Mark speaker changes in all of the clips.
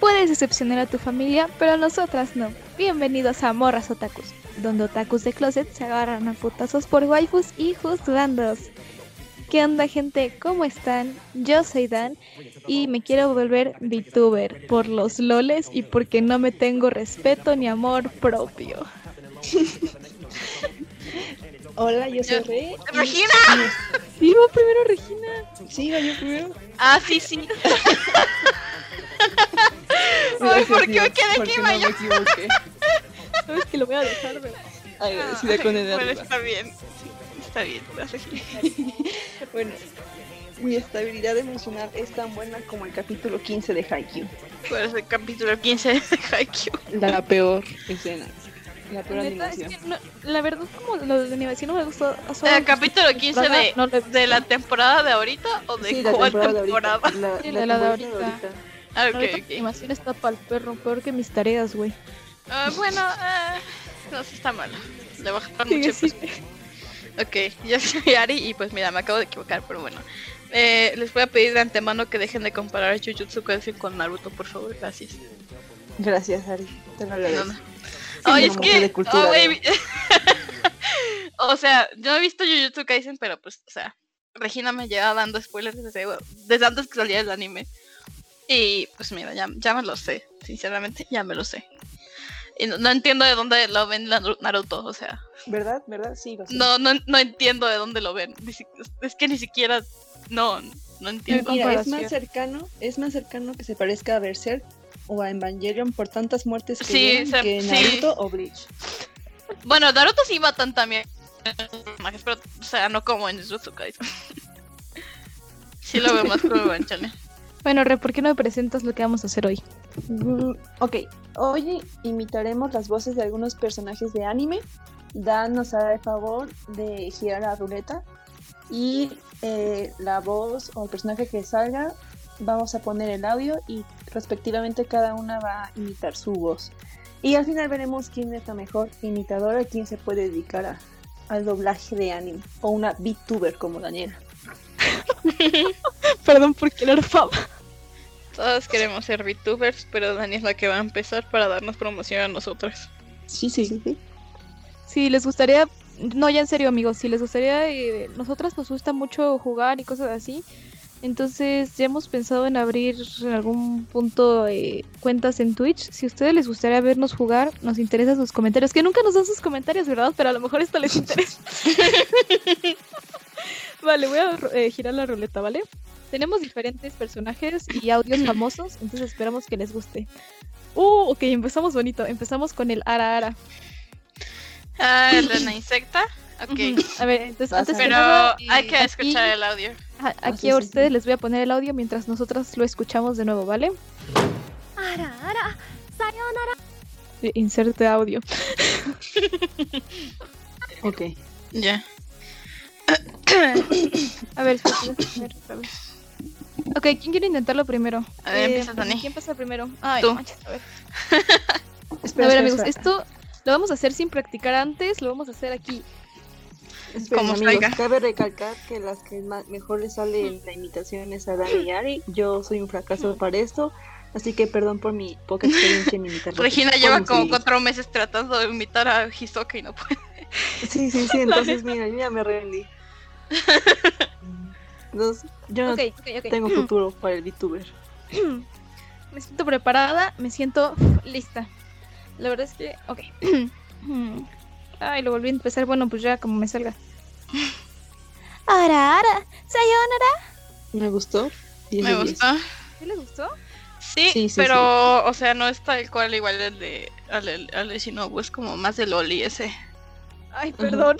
Speaker 1: Puedes decepcionar a tu familia, pero a nosotras no. Bienvenidos a Morras Otakus, donde otakus de closet se agarran a putazos por waifus y juzgandos. ¿Qué onda gente? ¿Cómo están? Yo soy Dan y me quiero volver VTuber por los loles y porque no me tengo respeto ni amor propio.
Speaker 2: Hola, yo soy Rey.
Speaker 3: ¡Regina!
Speaker 1: Sí, va primero Regina.
Speaker 2: Sí, va yo primero.
Speaker 3: Ah, sí, sí. Ay, ¿por qué me quedé aquí, vaya?
Speaker 1: Sabes que lo voy a dejar, ¿verdad?
Speaker 2: Agradecida con el de
Speaker 3: Bueno,
Speaker 2: arriba.
Speaker 3: está bien. Sí, Está bien, la Regina.
Speaker 2: Bueno, mi estabilidad emocional es tan buena como el capítulo 15 de Haikyuu.
Speaker 3: Por eso el capítulo 15 de Haikyuu.
Speaker 2: La peor escena. La peor
Speaker 1: Neta, es
Speaker 2: animación.
Speaker 1: que no- la verdad, como lo de la animación no me gustó. solo-
Speaker 3: ¿El Eh, Ah, capítulo 15 de,
Speaker 1: no lo he
Speaker 3: de la temporada de ahorita o de
Speaker 2: Sí, la
Speaker 3: cuál
Speaker 2: temporada de
Speaker 3: temporada?
Speaker 2: ahorita. La,
Speaker 1: Sí, de la de
Speaker 2: temporada
Speaker 1: ahorita.
Speaker 3: Ah, ok,
Speaker 1: Ahorita la
Speaker 3: ok.
Speaker 1: animación está para el perro, peor que mis tareas, güey.
Speaker 3: Ah, bueno, ah, no sé, está mal. Le bajaron
Speaker 1: Sigue,
Speaker 3: mucho. pues. Ok, yo soy Ari y pues mira, me acabo de equivocar, pero bueno. Eh, les voy a pedir de antemano que dejen de comparar Jujutsu Kaisen con Naruto, por favor, gracias.
Speaker 2: Gracias, Ari. Te lo agradezco.
Speaker 3: No, no. Ay,
Speaker 2: no,
Speaker 3: es
Speaker 2: mujer
Speaker 3: que.
Speaker 2: de cultura,
Speaker 3: oh, güey,
Speaker 2: ¿no?
Speaker 3: vi- o sea, yo he visto Jujutsu Kaisen, pero pues, o sea, Regina me lleva dando spoilers desde, desde antes que saliera el anime. Y pues mira, ya, ya me lo sé, sinceramente, ya me lo sé. Y no, no entiendo de dónde lo ven la- Naruto, o sea,
Speaker 2: ¿Verdad? ¿Verdad? Sí, lo sé.
Speaker 3: no, no, no entiendo de dónde lo ven. ni si- Es que ni siquiera, no, no entiendo.
Speaker 2: Mira, es
Speaker 1: comparación.
Speaker 2: más cercano, es más cercano que se parezca a Berserk o a Evangelion por tantas muertes que,
Speaker 3: Sí,
Speaker 2: dieron
Speaker 3: se-
Speaker 2: que
Speaker 3: sí.
Speaker 2: Naruto o Bleach.
Speaker 3: Bueno, Naruto sí matan también personajes, pero, o sea, no como en Jujutsu Kaisen. sí lo veo más cruel, chale.
Speaker 1: Bueno, Re, ¿por qué no me presentas lo que vamos a hacer hoy?
Speaker 2: Mm, ok, hoy imitaremos las voces de algunos personajes de anime. Dan nos hará el favor de girar la ruleta y eh, la voz o el personaje que salga vamos a poner el audio y respectivamente cada una va a imitar su voz. Y al final veremos quién es la mejor imitadora y quién se puede dedicar a- al doblaje de anime o una VTuber como Daniela.
Speaker 1: Perdón por querer fama.
Speaker 3: Todos queremos ser VTubers, pero Dani es la que va a empezar para darnos promoción a nosotros.
Speaker 2: Sí, sí, sí. sí.
Speaker 1: Si les gustaría, no ya en serio amigos, si les gustaría, eh, nosotras nos gusta mucho jugar y cosas así. Entonces ya hemos pensado en abrir en algún punto eh, cuentas en Twitch. Si a ustedes les gustaría vernos jugar, nos interesan sus comentarios. Que nunca nos dan sus comentarios, ¿verdad? Pero a lo mejor esto les interesa. vale, voy a eh, girar la ruleta, ¿vale? Tenemos diferentes personajes y audios famosos, entonces esperamos que les guste. Uh, ok, empezamos bonito. Empezamos con el Ara Ara.
Speaker 3: Ah, el de la insecta. Ok.
Speaker 1: Ujú. A ver, entonces
Speaker 2: Vas
Speaker 1: antes
Speaker 2: a
Speaker 1: que
Speaker 2: ver. Ah,
Speaker 1: nada,
Speaker 3: Pero
Speaker 1: eh,
Speaker 3: hay que
Speaker 1: aquí-
Speaker 3: escuchar el audio.
Speaker 1: ajá, Aquí,
Speaker 2: sí,
Speaker 1: a
Speaker 2: sí,
Speaker 1: ustedes
Speaker 2: sí.
Speaker 1: les voy a poner el audio mientras nosotras lo escuchamos de nuevo, ¿vale? Eh, Inserte audio.
Speaker 2: Ok.
Speaker 3: Ya.
Speaker 1: A ver, espérate, déjame ver otra vez. Ok, ¿quién quiere intentarlo primero?
Speaker 3: A ver,
Speaker 1: Eh,
Speaker 3: empieza Dani.
Speaker 1: ¿Quién pasa primero? Ay,
Speaker 3: Tú.
Speaker 1: no manches, a ver. a ver, amigos, este esto lo vamos a hacer sin practicar antes, lo vamos a hacer aquí.
Speaker 2: Esperen,
Speaker 3: Como
Speaker 2: Pues, amigos,
Speaker 3: salga.
Speaker 2: cabe recalcar que las que ma- mejor les sale la imitación es a Dani y Ari. Yo soy un fracaso para esto, así que perdón por mi poca experiencia en imitar. voces.
Speaker 3: Regina lleva
Speaker 2: Pueden
Speaker 3: como
Speaker 2: seguir.
Speaker 3: cuatro meses tratando de imitar a Hisoka y no puede.
Speaker 2: Sí, sí, sí, entonces mira, yo ya me rendí. Entonces, yo
Speaker 1: Ok, ok,
Speaker 2: no
Speaker 1: ok.
Speaker 2: tengo futuro para el VTuber.
Speaker 1: Me siento preparada, me siento lista. La verdad es que, ok. Ay, lo volví a empezar. Bueno, pues ya como me salga. Ahora, ahora, sayonara.
Speaker 2: ¿Me gustó? 10
Speaker 3: Me
Speaker 2: de 10.
Speaker 3: gustó.
Speaker 1: ¿Sí les gustó?
Speaker 3: Sí,
Speaker 2: Sí, sí,
Speaker 3: pero, o sea, no es tal cual igual el de al, al, al de Shinobu, es como más de Loli ese.
Speaker 1: Ay,
Speaker 2: Ujú.
Speaker 1: perdón.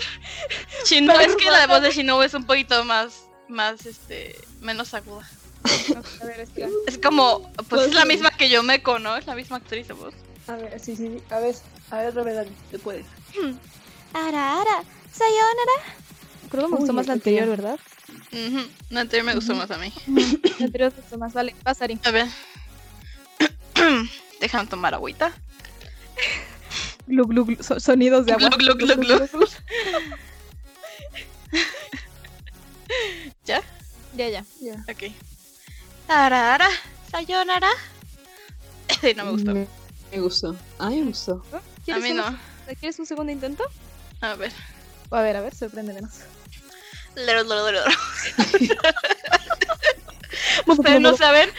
Speaker 3: Shino- es que la voz
Speaker 1: Perdóname.
Speaker 3: de Shinobu es un poquito más, más, este, menos aguda.
Speaker 1: A ver, espera.
Speaker 3: Es como, pues
Speaker 2: Pues
Speaker 3: es la
Speaker 2: sí.
Speaker 3: misma que Yomeko, ¿no? Es la misma actriz de voz.
Speaker 2: A ver, sí, sí, sí, a ver, a ver, otra vez, Dani, te puedes.
Speaker 1: Ara, ara, sayonara. Creo que me gustó
Speaker 2: Uy,
Speaker 1: más la
Speaker 2: ok.
Speaker 1: anterior, ¿verdad?
Speaker 3: Ujú, La anterior me gustó
Speaker 2: Ujú.
Speaker 3: más a mí.
Speaker 1: La anterior me gustó más. Vale, vas, Ari.
Speaker 3: A ver. Déjame tomar agüita.
Speaker 1: Glu, glu, glu, so- sonidos de agua.
Speaker 3: Glu, glu, glu, glu. ¿Ya?
Speaker 1: Ya, ya.
Speaker 2: Ya.
Speaker 3: Ok. Tarara, sayonara. no me gustó.
Speaker 2: Me gustó. A mí me gustó.
Speaker 3: A mí
Speaker 1: un,
Speaker 3: no.
Speaker 1: Mm, ¿Quieres un segundo intento?
Speaker 3: A ver.
Speaker 1: A ver, a ver, sorpréndenos.
Speaker 3: Lero, lero, lero. Ustedes no saben,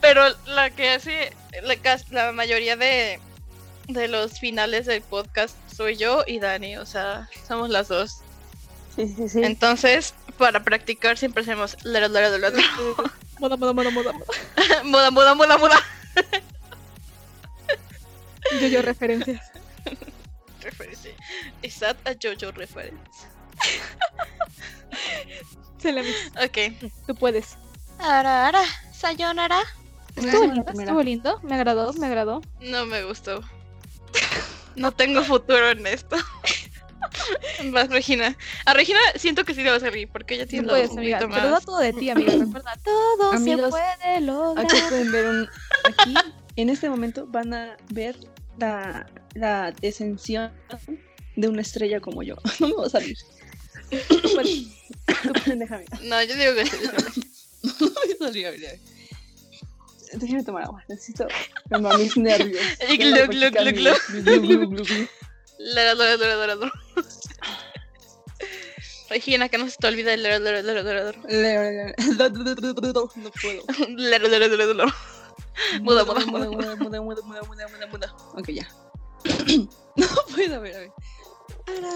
Speaker 3: pero la que hace la, cas- la mayoría de, de los finales del podcast soy yo y Dani, o sea, somos las dos.
Speaker 2: Sí, sí, sí.
Speaker 3: Entonces, para practicar siempre hacemos lero, lero, lero, lero.
Speaker 1: Moda, moda, moda, moda.
Speaker 3: muda, muda, muda, muda.
Speaker 1: Yo, yo, referencias.
Speaker 3: Referencia. Is that a JoJo reference?
Speaker 1: Se la mis-
Speaker 3: Ok.
Speaker 1: Tú puedes.
Speaker 3: Ara, ara, sayonara.
Speaker 1: Estuvo
Speaker 2: Bueno,
Speaker 1: lindo,
Speaker 2: mira.
Speaker 1: estuvo lindo. Me agradó, me agradó.
Speaker 3: No me gustó. No tengo futuro en esto. Vas, Regina. A Regina siento que sí le vas a reír porque ella
Speaker 1: Sí
Speaker 3: tiene la
Speaker 1: puedes,
Speaker 3: voz un
Speaker 1: amiga.
Speaker 3: poquito
Speaker 1: Pero da
Speaker 3: más-
Speaker 1: todo de ti, amiga. Recuerda, todo se
Speaker 2: Amigos,
Speaker 1: puede lograr.
Speaker 2: Aquí Ah, pueden ver un. Aquí, en este momento, van a ver la, la descensión de una estrella como yo. No me va a salir. Déjame.
Speaker 3: No, yo digo que sí.
Speaker 2: Déjame tomar agua. Necesito calmar mis nervios.
Speaker 3: Y
Speaker 2: Quiero
Speaker 3: glu, glu,
Speaker 2: practicar mi-
Speaker 3: glu,
Speaker 2: mi
Speaker 3: glu.
Speaker 2: glu, glu, glu, glu.
Speaker 3: Lero, lero, lero, lero, lero. Regina, que no se te olvide el lero, lero, lero, lero, lero.
Speaker 2: Le- le- le- No puedo.
Speaker 3: Lero, lero, lero, lero. Muda, muda, muda.
Speaker 2: muda, muda, muda, muda, muda, muda, muda. Ok, ya. No puedo, a ver, a ver. Ara,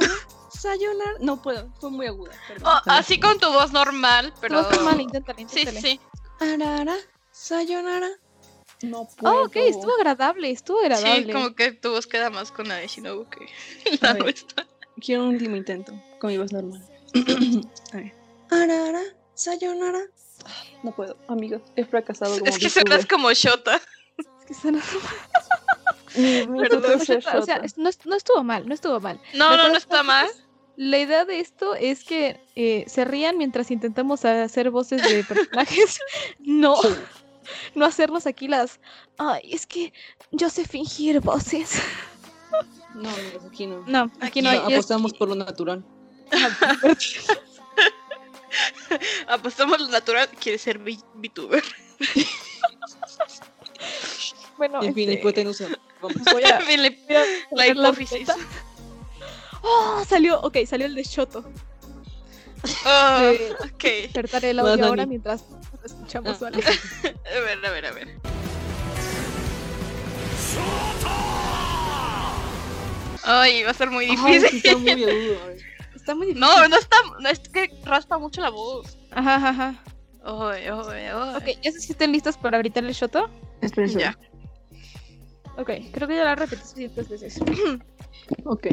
Speaker 2: Sayonara. No puedo, fue muy aguda. perdón.
Speaker 3: Oh, así con tu voz normal,
Speaker 1: Tú
Speaker 3: pero...
Speaker 1: vas mal, inténtale,
Speaker 3: Sí,
Speaker 1: inténtale.
Speaker 3: sí.
Speaker 2: Arara, sayonara. No puedo.
Speaker 1: Oh, ok, estuvo agradable, estuvo agradable.
Speaker 3: Sí, como que tu voz queda más con la de Shinobu que
Speaker 2: A
Speaker 3: la
Speaker 2: ver.
Speaker 3: nuestra.
Speaker 2: Quiero un último intento con mi voz normal. a ver. Arara, sayonara. No puedo, amigos, he fracasado como
Speaker 3: Es que
Speaker 2: VTuber.
Speaker 3: suenas como Shota.
Speaker 1: Es que suena-
Speaker 2: Mi- mi
Speaker 3: Perdón,
Speaker 2: intento es ser
Speaker 1: o sea,
Speaker 2: rota.
Speaker 1: es- no, est- no estuvo mal, no estuvo mal.
Speaker 3: No,
Speaker 1: ¿Me
Speaker 3: no, no
Speaker 1: acuerdas
Speaker 3: está mal.
Speaker 1: La idea de esto es que eh, se rían mientras intentamos hacer voces de personajes. No,
Speaker 2: Sí.
Speaker 1: no hacernos aquí las. Ay, es que yo sé fingir voces.
Speaker 2: No, amigos, aquí no.
Speaker 1: No, aquí no.
Speaker 2: No,
Speaker 1: y es-
Speaker 2: apostamos por lo natural.
Speaker 3: Apostamos lo natural, quiere ser vi- VTuber.
Speaker 1: bueno,
Speaker 2: en fin,
Speaker 1: este,
Speaker 2: hipotenusa. Vamos.
Speaker 1: voy a-
Speaker 3: Fili-
Speaker 1: voy a
Speaker 3: La
Speaker 1: poner la
Speaker 3: hipófisis.
Speaker 1: receta. Oh, salió, ok, salió el de Shoto.
Speaker 3: Oh,
Speaker 1: Eh,
Speaker 3: ok.
Speaker 1: Despertaré el
Speaker 2: Vas,
Speaker 1: audio
Speaker 2: Dani.
Speaker 1: ahora mientras escuchamos.
Speaker 2: Ah.
Speaker 1: ¿vale?
Speaker 3: A ver, a ver, a ver. Ay, va a ser muy
Speaker 2: Ay,
Speaker 3: difícil.
Speaker 2: sí, está muy agudo. a ver.
Speaker 1: Está muy difícil.
Speaker 3: No, no está. No, es que raspa mucho la voz.
Speaker 1: Ajá, ajá, ajá.
Speaker 3: Ay, ay, ay.
Speaker 1: Ok, ¿ya sé si están listas para gritar el Shoto?
Speaker 3: Ya.
Speaker 1: Ok, creo que ya la repetí suficientes veces.
Speaker 2: Ok.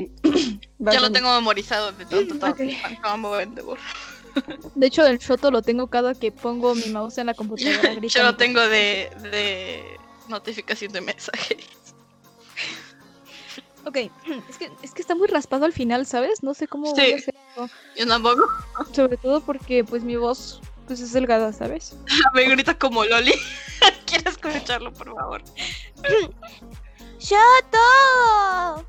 Speaker 3: Ya lo tengo memorizado de tanto,
Speaker 1: Mm,
Speaker 3: tanto,
Speaker 1: ok.
Speaker 3: tanto amor de voz.
Speaker 1: De hecho, el Shoto lo tengo cada que pongo mi mouse en la computadora.
Speaker 3: Yo
Speaker 1: gritando.
Speaker 3: lo tengo de, de notificación de mensaje.
Speaker 1: Ok, es que, es que está muy raspado al final, ¿sabes? No sé cómo
Speaker 3: Sí.
Speaker 1: voy a hacer.
Speaker 3: Yo tampoco.
Speaker 1: Sobre todo porque, pues, mi voz pues, es delgada, ¿sabes?
Speaker 3: Me grita como Loli. Quiero escucharlo, por favor.
Speaker 1: ¡Shoto!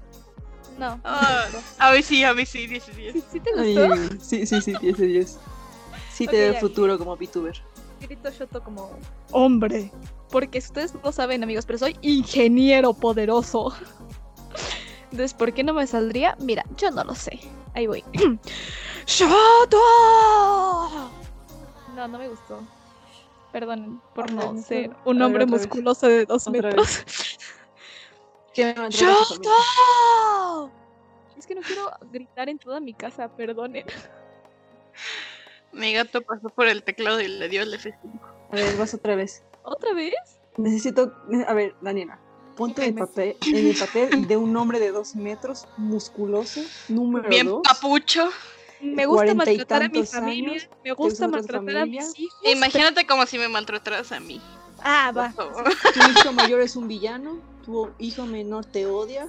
Speaker 1: No.
Speaker 3: Ah, a mí sí, a mí sí, 10 10.
Speaker 1: ¿Sí, sí te
Speaker 2: Ay,
Speaker 1: gustó?
Speaker 2: sí, sí, sí, 10 de 10. Sí
Speaker 1: Ok,
Speaker 2: te da
Speaker 1: ya.
Speaker 2: futuro como VTuber.
Speaker 1: Grito Shoto como hombre. Porque ustedes no saben, amigos, pero soy ingeniero poderoso. Entonces, ¿por qué no me saldría? Mira, yo no lo sé. Ahí voy. ¡Shoto! No, no me gustó. Perdonen por
Speaker 2: Ay,
Speaker 1: no
Speaker 2: no
Speaker 1: ser
Speaker 2: puedo.
Speaker 1: un
Speaker 2: A ver,
Speaker 1: hombre
Speaker 2: otra vez.
Speaker 1: musculoso de dos
Speaker 2: Otra
Speaker 1: metros.
Speaker 2: ¿Qué me mandó?
Speaker 1: ¡Shoto! Es que no quiero gritar en toda mi casa, perdonen.
Speaker 3: Mi gato pasó por el teclado y le dio el F5.
Speaker 2: A ver, vas otra vez.
Speaker 1: ¿Otra vez?
Speaker 2: Necesito. A ver, Daniela. Ponte en el papel, en el papel de un hombre de dos metros, musculoso, número
Speaker 3: Bien
Speaker 2: dos.
Speaker 3: papucho.
Speaker 1: Me gusta
Speaker 2: cuarenta y
Speaker 1: maltratar a mi
Speaker 2: tantos
Speaker 1: familia,
Speaker 2: años,
Speaker 1: me gusta
Speaker 2: otras
Speaker 1: maltratar a mis
Speaker 2: familias.
Speaker 1: hijos.
Speaker 3: Imagínate como si me maltrataras a mí.
Speaker 1: Ah,
Speaker 3: por
Speaker 1: va.
Speaker 3: favor.
Speaker 2: Tu hijo mayor es un villano, tu hijo menor te odia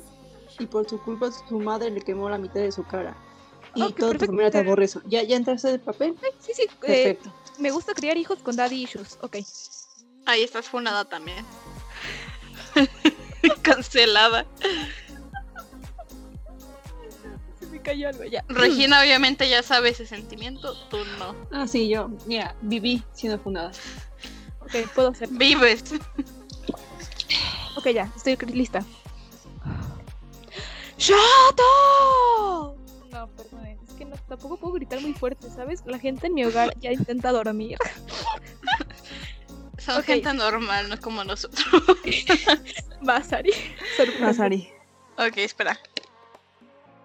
Speaker 2: y por su culpa su madre le quemó la mitad de su cara. Y
Speaker 1: Ok,
Speaker 2: toda tu
Speaker 1: perfecto.
Speaker 2: familia te aborrece. ¿Ya, ya entraste del papel?
Speaker 1: Sí, sí, eh,
Speaker 2: Perfecto.
Speaker 1: me gusta criar hijos con daddy issues. Ok.
Speaker 3: Ahí estás funada también. Cancelada.
Speaker 1: Se me me cayó algo ya.
Speaker 3: Regina obviamente ya sabe ese sentimiento, tú no.
Speaker 2: Ah, sí, yo, mira, viví siendo fundada.
Speaker 1: Ok, puedo hacer.
Speaker 3: Vives.
Speaker 1: Ok, ya, estoy cr- lista. ¡Chato! No, perdonen, es que no, tampoco puedo gritar muy fuerte, ¿sabes? La gente en mi hogar ya intenta dormir.
Speaker 3: Son
Speaker 1: Ok.
Speaker 3: gente normal, no como nosotros.
Speaker 1: Basari. Sorpresa.
Speaker 2: Masari,
Speaker 3: Ok, espera.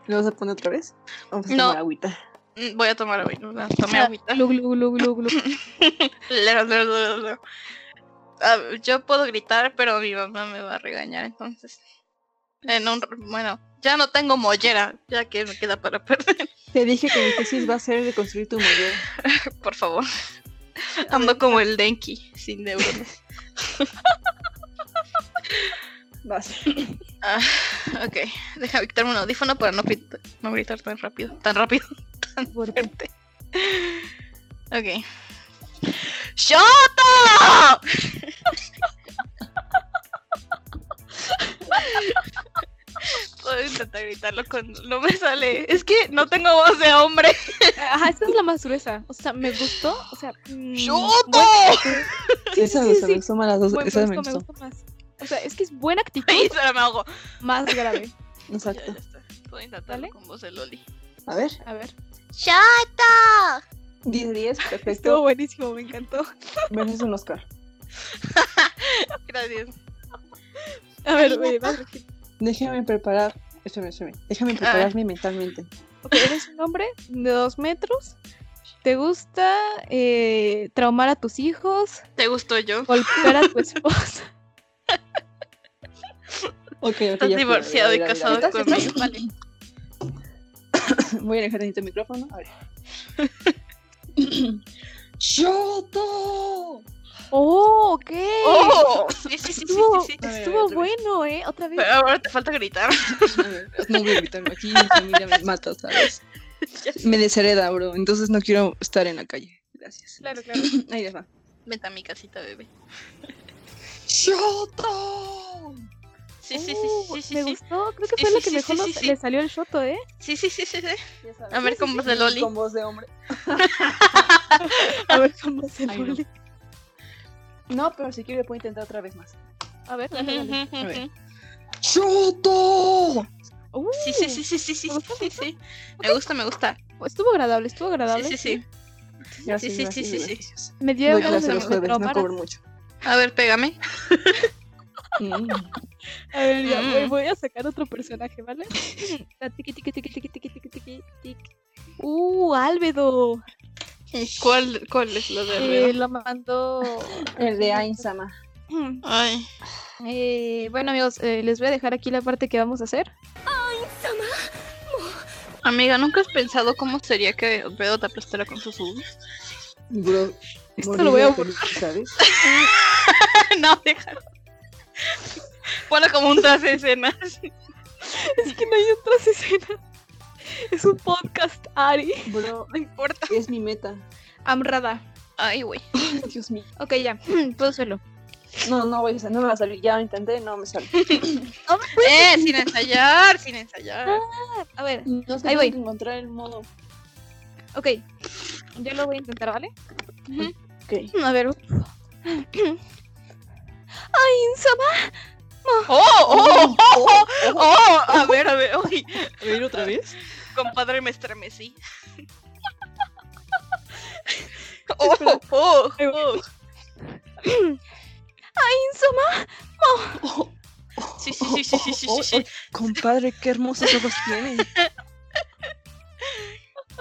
Speaker 2: ¿lo vas a poner otra vez? Vamos a
Speaker 3: No.
Speaker 2: tomar agüita.
Speaker 3: Mm, Voy a tomar agüita. Tomé
Speaker 1: Ah,
Speaker 3: agüita.
Speaker 1: Glu, glu, glu, glu, glu.
Speaker 3: Lero, lero, lero, lero. Ah, yo puedo gritar, pero mi mamá me va a regañar, entonces. En un, bueno, ya no tengo mollera, ya que me queda para perder,
Speaker 2: Te dije que mi tesis va a ser de construir tu mayor.
Speaker 3: por favor. Ando como el Denki, sin neuronas.
Speaker 2: Vas.
Speaker 3: Ah, ok, déjame quitarme un audífono para no, pit- no gritar tan rápido, tan rápido, tan fuerte. Ok. ¡Shoto! Puedo intentar gritarlo con... No me sale. Es que no tengo voz de hombre.
Speaker 1: Ajá, esta es la más gruesa. O sea, me gustó. O sea, mm,
Speaker 3: ¡Shoto!
Speaker 2: Esa
Speaker 1: sí,
Speaker 2: me gusta,
Speaker 1: sí.
Speaker 2: me gustó más las dos.
Speaker 1: buen- buen
Speaker 2: Esa me
Speaker 1: gusto, me
Speaker 2: gustó.
Speaker 1: gusta más. O sea, es que es buena actitud
Speaker 3: Ay, se me ahogo.
Speaker 1: más grave.
Speaker 3: Ya,
Speaker 2: Exacto.
Speaker 3: ya está. Puedo intentarlo
Speaker 1: ¿Dale?
Speaker 3: con voz de Loli.
Speaker 2: A ver.
Speaker 1: A ver.
Speaker 3: ¡Shoto!
Speaker 2: 10 de 10,
Speaker 1: Estuvo
Speaker 2: perfecto.
Speaker 1: buenísimo, me encantó.
Speaker 2: Mereces un Oscar.
Speaker 3: Gracias.
Speaker 1: A ver, güey, vas.
Speaker 2: Déjame preparar. Espérame, espérame. Déjame prepararme mentalmente.
Speaker 1: Ok, eres un hombre de dos metros. Te gusta eh, traumar a tus hijos,
Speaker 3: ¿Te gustó yo?
Speaker 1: golpear a tu esposa.
Speaker 2: Ok, ok.
Speaker 3: Estás
Speaker 2: ya,
Speaker 3: divorciado
Speaker 2: mira, mira,
Speaker 3: y
Speaker 2: mira,
Speaker 3: casado
Speaker 2: mira.
Speaker 3: conmigo. Vale.
Speaker 2: Voy a alejar tantito el micrófono. A ver. ¡Shoto!
Speaker 1: ¡Oh, ok!
Speaker 3: ¡Oh! Sí, sí, sí, sí,
Speaker 1: estuvo
Speaker 3: sí, sí.
Speaker 2: A ver,
Speaker 1: estuvo
Speaker 2: otra vez.
Speaker 1: bueno, ¿eh? Otra vez.
Speaker 3: Pero ahora te falta gritar.
Speaker 2: A ver, no voy a gritarme aquí, mi familia me mata, ¿sabes? Me deshereda, bro. Entonces no quiero estar en la calle. Gracias.
Speaker 1: Claro, claro.
Speaker 2: Ahí les va.
Speaker 3: Vete a mi casita, bebé.
Speaker 2: ¡Shoto!
Speaker 3: Sí, sí,
Speaker 1: Oh,
Speaker 3: sí, sí,
Speaker 1: Me
Speaker 3: sí, sí.
Speaker 1: gustó. Creo que
Speaker 3: Sí,
Speaker 1: fue
Speaker 3: sí,
Speaker 1: lo que
Speaker 3: sí,
Speaker 1: mejor
Speaker 3: sí,
Speaker 1: nos-
Speaker 3: sí, sí.
Speaker 1: le salió el shoto, ¿eh?
Speaker 3: Sí, sí, sí, sí, sí. A ver con voz de Loli.
Speaker 2: Con voz de hombre.
Speaker 1: A ver cómo se
Speaker 2: Ay, no.
Speaker 1: vuelve.
Speaker 2: No, pero si quiero puedo intentar otra vez más.
Speaker 1: A ver,
Speaker 3: Ujú,
Speaker 1: dale, dale.
Speaker 3: ujú, ujú.
Speaker 2: ver. ¡Shoto!
Speaker 1: Uh,
Speaker 3: Sí, sí, sí, sí, sí, sí,
Speaker 1: ¿Me gusta,
Speaker 3: sí, sí. Me gusta, me gusta.
Speaker 1: Estuvo agradable, estuvo
Speaker 3: Sí,
Speaker 1: agradable.
Speaker 3: sí, sí.
Speaker 2: Gracias,
Speaker 3: sí,
Speaker 2: gracias,
Speaker 3: sí, sí.
Speaker 2: gracias.
Speaker 1: Me dio
Speaker 2: Doy
Speaker 1: ganas
Speaker 2: clase
Speaker 1: de,
Speaker 2: los
Speaker 1: de
Speaker 2: jueves, no
Speaker 1: traumar a-
Speaker 2: cobro mucho.
Speaker 3: A ver, pégame.
Speaker 2: Mm.
Speaker 1: A ver, ya,
Speaker 3: Mm.
Speaker 1: voy, voy a sacar otro personaje, ¿vale? La tiqui, tiqui, tiqui, tiqui, tiqui, tiqui, tiqui, tiqui. Uh, Álbedo.
Speaker 3: ¿Cuál, cuál es lo de
Speaker 1: Eh,
Speaker 3: arriba?
Speaker 1: lo mandó.
Speaker 2: El de Ainsama.
Speaker 3: Ay.
Speaker 1: Eh, bueno, amigos, eh, les voy a dejar aquí la parte que vamos a hacer.
Speaker 3: Amiga, ¿nunca has pensado cómo sería que Alfredo te aplastara con sus uñas?
Speaker 2: Bro,
Speaker 1: Esto lo voy a
Speaker 2: morir de feliz, ¿sabes?
Speaker 3: no, déjalo. Ponlo como un tras de escena.
Speaker 1: Es que no hay otras escenas. Es un podcast, Ari.
Speaker 2: Bro,
Speaker 3: No importa.
Speaker 2: es mi meta.
Speaker 1: Amrada.
Speaker 3: Ay, güey.
Speaker 2: Dios mío.
Speaker 1: Ok, ya. Puedo hacerlo.
Speaker 2: No, no voy a no me va a salir. Ya lo intenté, no me sale.
Speaker 1: Ah,
Speaker 3: Eh, sin ensayar, sin ensayar.
Speaker 2: Ah.
Speaker 1: A ver,
Speaker 2: No sé
Speaker 1: Ahí voy.
Speaker 2: dónde encontrar el modo.
Speaker 1: ok. Yo lo voy a intentar, ¿vale?
Speaker 3: Ujú.
Speaker 2: Ok.
Speaker 1: A ver. ¡Ay, Insama!
Speaker 3: ¡Oh! ¡Oh! ¡Oh!
Speaker 2: oh, oh.
Speaker 3: ¡Oh! A ver, a ver. Uy,
Speaker 2: A ver, otra vez.
Speaker 3: compadre, me estremecí. ¡Oh! ¡Oh! ¡Oh!
Speaker 1: ¡Insama!
Speaker 3: Sí, sí, sí, sí, sí, sí,
Speaker 2: Oh,
Speaker 3: sí, sí.
Speaker 2: Compadre, qué hermosos ojos tiene.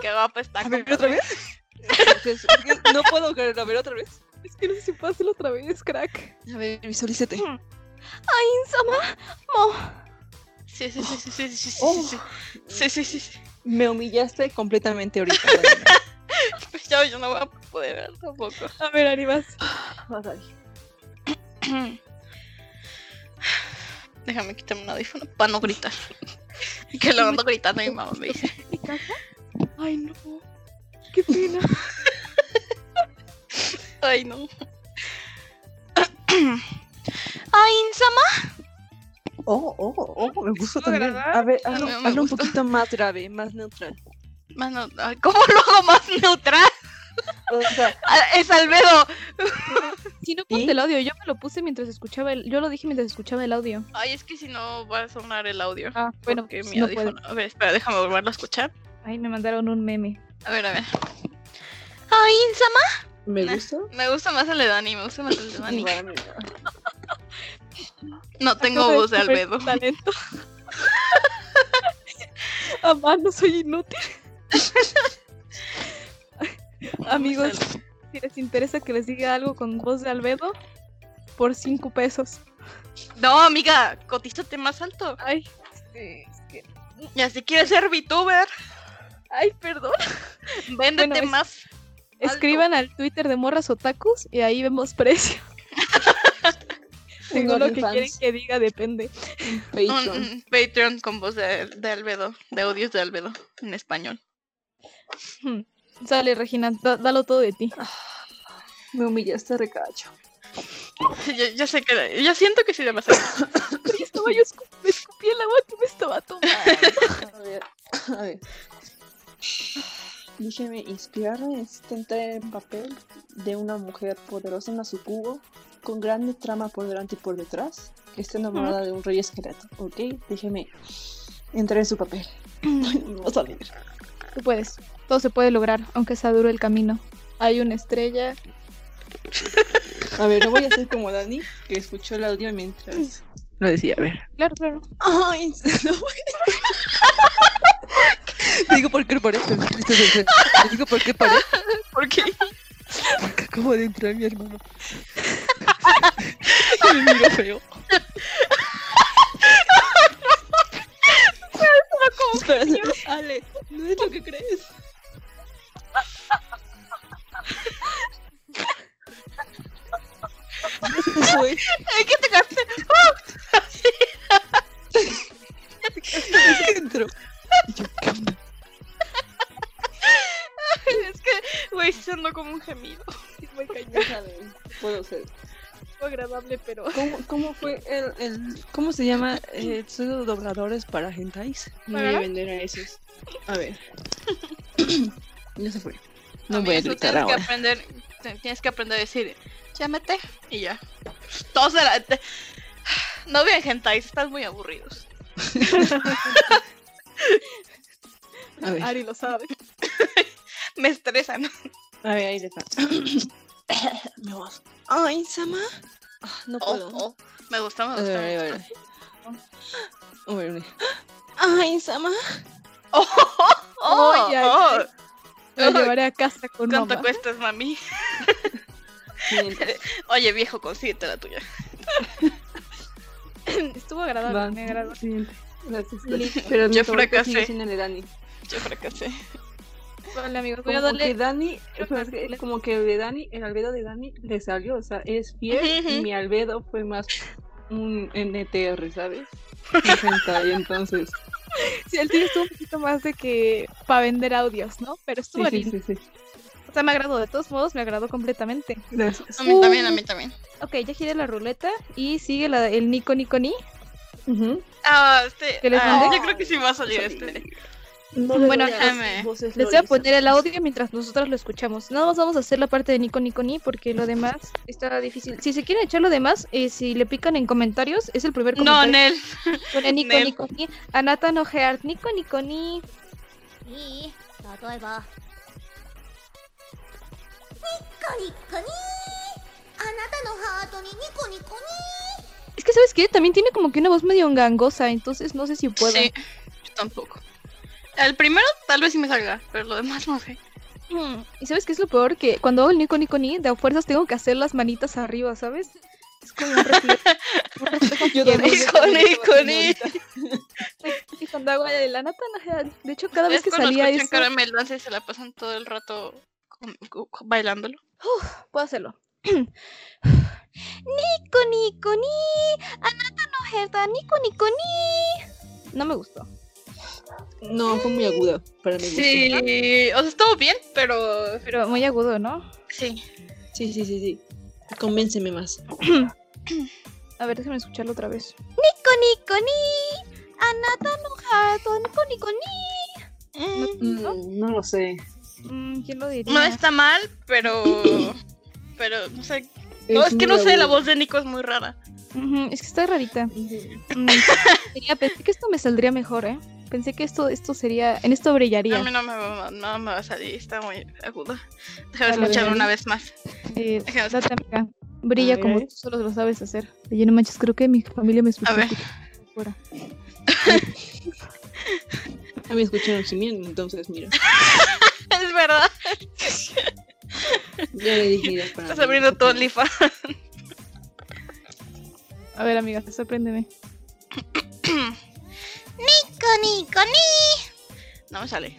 Speaker 3: Qué guapa está.
Speaker 2: A ver,
Speaker 3: compadre.
Speaker 2: otra vez. Entonces, No puedo creerlo. A ver, otra vez.
Speaker 1: Es que no sé si puedo hacerlo otra vez, crack.
Speaker 2: A ver, visualízate.
Speaker 1: ¡Ay, Insama! ¡Mo!
Speaker 3: Sí, sí, sí, sí, sí, sí, sí,
Speaker 2: Oh.
Speaker 3: sí, sí, sí, sí, sí.
Speaker 2: Me humillaste completamente ahorita.
Speaker 3: Pues ya, yo no voy a poder ver tampoco.
Speaker 1: A ver, Ari, vas.
Speaker 2: Vas, Ari.
Speaker 3: Déjame quitarme un audífono para no gritar. Que lo ando gritando y mi mamá me dice.
Speaker 1: ¿Mi casa? ¡Ay, no! ¡Qué pena!
Speaker 3: Ay, no. Ay, Insama.
Speaker 2: Oh, oh, oh, me gusta
Speaker 3: Estuvo
Speaker 2: también.
Speaker 3: agradable,
Speaker 2: A ver,
Speaker 3: pero
Speaker 2: hazlo,
Speaker 3: no me
Speaker 2: hazlo un
Speaker 3: gustó.
Speaker 2: poquito más grave, más neutral.
Speaker 3: Más neu- ay, ¿Cómo lo hago más neutral?
Speaker 2: O sea,
Speaker 3: Ah, Es Albedo.
Speaker 1: Si no
Speaker 2: ¿Y?
Speaker 1: puse el audio, yo me lo puse mientras escuchaba el... Yo lo dije mientras escuchaba el audio.
Speaker 3: Ay, es que si no va a sonar el audio.
Speaker 1: Ah, bueno,
Speaker 3: porque
Speaker 1: pues
Speaker 3: mi
Speaker 1: no puedo.
Speaker 3: audífono- A ver, espera, déjame volverlo a escuchar.
Speaker 1: Ay, me mandaron un meme.
Speaker 3: A ver, a ver. Ay, Insama.
Speaker 2: me
Speaker 3: Nah.
Speaker 2: gusta.
Speaker 3: Me gusta más el de Dani, me gusta más el de Dani.
Speaker 2: Igual, amigo.
Speaker 3: No tengo
Speaker 1: Acabo
Speaker 3: voz de
Speaker 1: descubrir
Speaker 3: Albedo.
Speaker 1: tu talento. Amá, no soy inútil. Amigos, si les interesa que les diga algo con voz de Albedo, por 5 pesos.
Speaker 3: No, amiga, cotízate más alto.
Speaker 1: Ay, este, es que-
Speaker 3: Y así quieres ser VTuber.
Speaker 1: Ay, perdón.
Speaker 3: Véndete
Speaker 1: Bueno, es-
Speaker 3: más. Alto.
Speaker 1: Escriban al Twitter de Morras Otakus y ahí vemos precio. Tengo
Speaker 2: Tengo
Speaker 1: lo que quieren
Speaker 2: OnlyFans.
Speaker 1: que diga, depende.
Speaker 3: Un,
Speaker 2: Patreon.
Speaker 3: un Patreon con voz de, de Albedo, de audios de Albedo en español.
Speaker 1: Hmm. Sale, Regina, da- dalo todo de ti.
Speaker 2: Me humillaste, recacho.
Speaker 3: Yo, yo sé que, yo siento que sí le vas a.
Speaker 1: Porque estaba yo escu- me escupí el agua que me estaba tomando.
Speaker 2: A ver, a ver. Déjeme inspirarme, es tentar el este papel de una mujer poderosa en Asukubo, con grande trama por delante y por detrás, que está enamorada de un rey esqueleto, ¿ok? Déjeme entrar en su papel. Ay, no va a salir.
Speaker 1: Tú puedes. Todo se puede lograr, aunque sea duro el camino. Hay una estrella.
Speaker 2: A ver, no voy a hacer como Dani, que escuchó el audio mientras... Lo decía, a ver.
Speaker 1: Claro, claro.
Speaker 2: Ay, no Digo por qué parece. Digo por qué parece.
Speaker 3: ¿Por qué?
Speaker 2: Porque acabo de entrar mi hermano. Y me miro feo. Espera, Ale, no es lo que crees. No soy.
Speaker 3: Ay, ¿Qué te gasté?
Speaker 2: Es que entró. Y yo, ¿qué onda?
Speaker 3: Es que, güey, sí sonó como un gemido.
Speaker 1: Muy cañón,
Speaker 2: Puedo ser.
Speaker 1: agradable, pero.
Speaker 2: ¿Cómo, cómo fue el, el- ¿Cómo se llama? Eh, son los dobladores para hentais. No voy a
Speaker 3: ¿Para?
Speaker 2: vender a esos. A ver. no se fue.
Speaker 3: Amiga,
Speaker 2: No voy a
Speaker 3: tú
Speaker 2: gritar
Speaker 3: tienes
Speaker 2: ahora.
Speaker 3: Que aprender, te- tienes que aprender a decir, llámate y ya. Todos de la. te- No vean hentais, están muy aburridos.
Speaker 2: A ver,
Speaker 1: Ari lo sabe.
Speaker 3: Me estresan.
Speaker 2: a ver, ahí está. Mi voz. Ay, Sama. Ah, no
Speaker 3: Oh,
Speaker 2: puedo.
Speaker 3: oh, Me gusta, me
Speaker 2: A ver,
Speaker 3: gusta.
Speaker 2: a ver,
Speaker 3: me
Speaker 2: a
Speaker 3: gusta.
Speaker 2: ver. A ver, a ver. Ay, Sama.
Speaker 3: Oh, oh, oh,
Speaker 1: Ay, ay,
Speaker 3: oh.
Speaker 1: ay. Lo llevaré a casa con
Speaker 3: ¿Cuánto
Speaker 1: mamá.
Speaker 3: cuestas, mami?
Speaker 2: Mientras
Speaker 3: Oye, viejo, consíguete la tuya.
Speaker 1: Estuvo agradable,
Speaker 2: van.
Speaker 1: me agradó.
Speaker 2: Siguiente. Gracias,
Speaker 1: Listo.
Speaker 2: gracias. Pero
Speaker 3: Yo
Speaker 2: mi favorito sigue
Speaker 3: fracasé.
Speaker 2: siendo el de Dani.
Speaker 3: Yo fracasé.
Speaker 1: Vale, amigos, voy a
Speaker 2: Como que
Speaker 1: darle.
Speaker 2: Dani,
Speaker 1: creo
Speaker 2: pero
Speaker 1: que
Speaker 2: es que
Speaker 1: le-
Speaker 2: como que el de Dani, el albedo de Dani le salió, o sea, es fiel
Speaker 3: Ujú, ujú.
Speaker 2: y mi albedo fue más un NTR, ¿sabes? Y entonces.
Speaker 1: Sí, el tío estuvo un poquito más de que. para vender audios, ¿no? Pero
Speaker 2: Sí,
Speaker 1: estuvo
Speaker 2: sí,
Speaker 1: lindo.
Speaker 2: sí, sí.
Speaker 1: O sea, me agradó. De todos modos, me agradó completamente.
Speaker 2: Gracias.
Speaker 3: A mí también, a mí también.
Speaker 1: Ok, ya giré la ruleta y sigue la, el Nico Nico Ni.
Speaker 2: Ujú.
Speaker 3: Ah, este.
Speaker 1: ¿Que les
Speaker 3: ah,
Speaker 1: mandé?
Speaker 3: yo creo que sí va a salir este.
Speaker 2: No le
Speaker 1: Bueno,
Speaker 2: doy a
Speaker 3: déjame.
Speaker 2: las voces
Speaker 1: Les voy a
Speaker 2: lolis.
Speaker 1: poner el audio mientras nosotros lo escuchamos. Nada más vamos a hacer la parte de Nico Nico Ni porque lo demás está difícil. Si se quieren echar lo demás, eh, si le pican en comentarios, es el primer
Speaker 3: No,
Speaker 1: comentario.
Speaker 3: Nel.
Speaker 1: Pone Nico
Speaker 3: Nel.
Speaker 1: Nico Ni. Anata no heart. Nico Nico Ni.
Speaker 4: いい例えばニッコニッコニーあなたのハートにニコニコニー
Speaker 1: Es que, ¿sabes qué? También tiene como que una voz medio gangosa, entonces no sé si puedo.
Speaker 3: Sí, yo tampoco. El primero tal vez sí me salga, pero lo demás no sé.
Speaker 1: Mm, Y ¿sabes qué es lo peor? Que cuando hago el Nico Nico Ni, de a fuerzas tengo que hacer las manitas arriba, ¿sabes? Es como un reflejo. un reflejo
Speaker 2: Yo
Speaker 1: que
Speaker 2: también
Speaker 1: me-
Speaker 2: le
Speaker 3: Nico,
Speaker 2: doy a las
Speaker 3: Nico,
Speaker 2: voces
Speaker 3: Nico.
Speaker 2: lolitas.
Speaker 1: Y cuando hago el de la Nata no heart. De hecho, cada vez
Speaker 3: Es
Speaker 1: que
Speaker 3: cuando
Speaker 1: salía
Speaker 3: escuchan
Speaker 1: eso...
Speaker 3: Caramel Dance y se la pasan todo el rato con- con- con- bailándolo.
Speaker 1: Puedo hacerlo. Nico, Nico, ni. Anata no herda. Nico, Nico, ni. No me gustó.
Speaker 2: No, fue muy aguda para mi gusto.
Speaker 3: Sí, o sea, estuvo bien, pero...
Speaker 1: Pero muy agudo, ¿no?
Speaker 3: Sí.
Speaker 2: Sí, sí, sí, sí. Convénceme más.
Speaker 1: A ver, déjame escucharlo otra vez.
Speaker 4: ニコニーあなたのハートニコニコニ
Speaker 2: Mm, no lo sé.
Speaker 1: Mm, ¿Quién lo diría?
Speaker 3: No está mal, pero. Pero, no sé. No, es que
Speaker 2: muy
Speaker 3: no sé, la
Speaker 2: agudo.
Speaker 3: voz de Nico es muy rara.
Speaker 1: Ujú, es que está rarita.
Speaker 2: Ujú.
Speaker 1: Mm, sería- pensé que esto me saldría mejor, ¿eh? Pensé que esto, esto sería. En esto
Speaker 3: A
Speaker 1: brillaría.
Speaker 3: mí no me, va, no me va a salir, está muy aguda. Déjame
Speaker 2: Dale,
Speaker 3: escucharlo
Speaker 2: dale.
Speaker 3: una vez más.
Speaker 1: Eh,
Speaker 3: Déjame
Speaker 1: date, amiga. Brilla
Speaker 2: A
Speaker 1: como
Speaker 2: ver.
Speaker 1: tú solo lo sabes hacer. Oye, no manches, creo que mi familia me escucha.
Speaker 3: A ver.
Speaker 1: Fuera.
Speaker 2: A mí me escucharon gimiendo, entonces mira.
Speaker 3: Es verdad,
Speaker 2: Ya le dije ideas para
Speaker 3: estás
Speaker 2: mí.
Speaker 3: abriendo tu lifa.
Speaker 1: A ver, amiga, sorpréndeme.
Speaker 4: ーニコニコニ
Speaker 3: No me sale.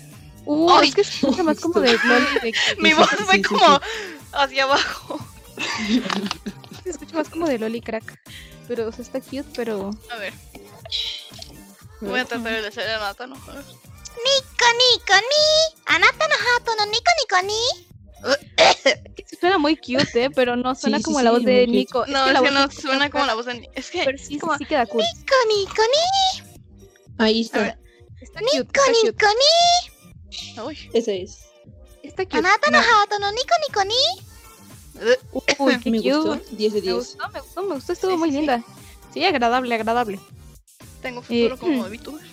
Speaker 1: Uh,
Speaker 3: ¡Ay!
Speaker 1: es que se escucha más como de LOL. de-
Speaker 3: Mi
Speaker 2: sí,
Speaker 3: voz
Speaker 2: sí,
Speaker 3: fue
Speaker 2: sí,
Speaker 3: como hacia abajo.
Speaker 1: se escucha más como de Loli Crack. Pero, o sea, está cute, pero.
Speaker 3: A ver, voy a tratar de hacer a Nata, no jodas.
Speaker 4: コニあなたのハートのニコニコニ
Speaker 1: Suena muy cute, ¿eh? Pero no suena
Speaker 2: sí,
Speaker 1: como
Speaker 2: sí,
Speaker 1: la voz
Speaker 2: muy
Speaker 1: de
Speaker 2: cute.
Speaker 1: Nico.
Speaker 3: No,
Speaker 1: que
Speaker 3: es
Speaker 1: la
Speaker 3: que
Speaker 1: voz
Speaker 3: no
Speaker 1: de Nico
Speaker 3: suena
Speaker 1: está-
Speaker 3: como la voz de Nico. Es que,
Speaker 1: Pero sí, sí,
Speaker 3: como-
Speaker 1: sí queda cool.
Speaker 4: コニコニ
Speaker 2: Ahí
Speaker 3: A
Speaker 2: está.
Speaker 3: ver.
Speaker 1: Está cute, está
Speaker 4: コニ
Speaker 1: cute.
Speaker 4: コニ
Speaker 3: Uy,
Speaker 2: Ese es.
Speaker 1: Está cute.
Speaker 4: あなたのハートのニコニコニ
Speaker 1: Uy, qué
Speaker 2: Me gustó.
Speaker 1: cute.
Speaker 2: 10 de
Speaker 1: Me
Speaker 2: 10.
Speaker 1: gustó, me gustó, me gustó, estuvo
Speaker 3: Sí,
Speaker 1: muy
Speaker 3: sí, sí.
Speaker 1: linda. Sí, agradable, agradable.
Speaker 3: tengo futuro como VTuber.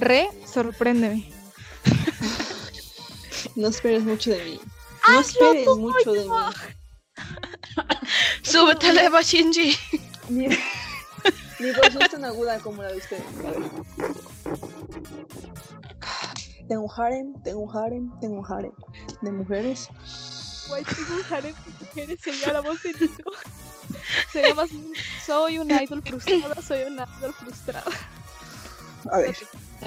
Speaker 1: Re, sorpréndeme.
Speaker 2: No esperes mucho de mí. No esperes mucho de mí.
Speaker 3: Súbete a Eva Shinji.
Speaker 2: Mi, mi voz no es tan aguda como la de ustedes. A ver. Tengo un harem, tengo un harem, tengo un harem. De mujeres.
Speaker 1: Guay, tengo un harem de mujeres, sería la voz de Nico. Sería más un- soy una idol frustrada, soy una idol frustrada.
Speaker 2: A ver.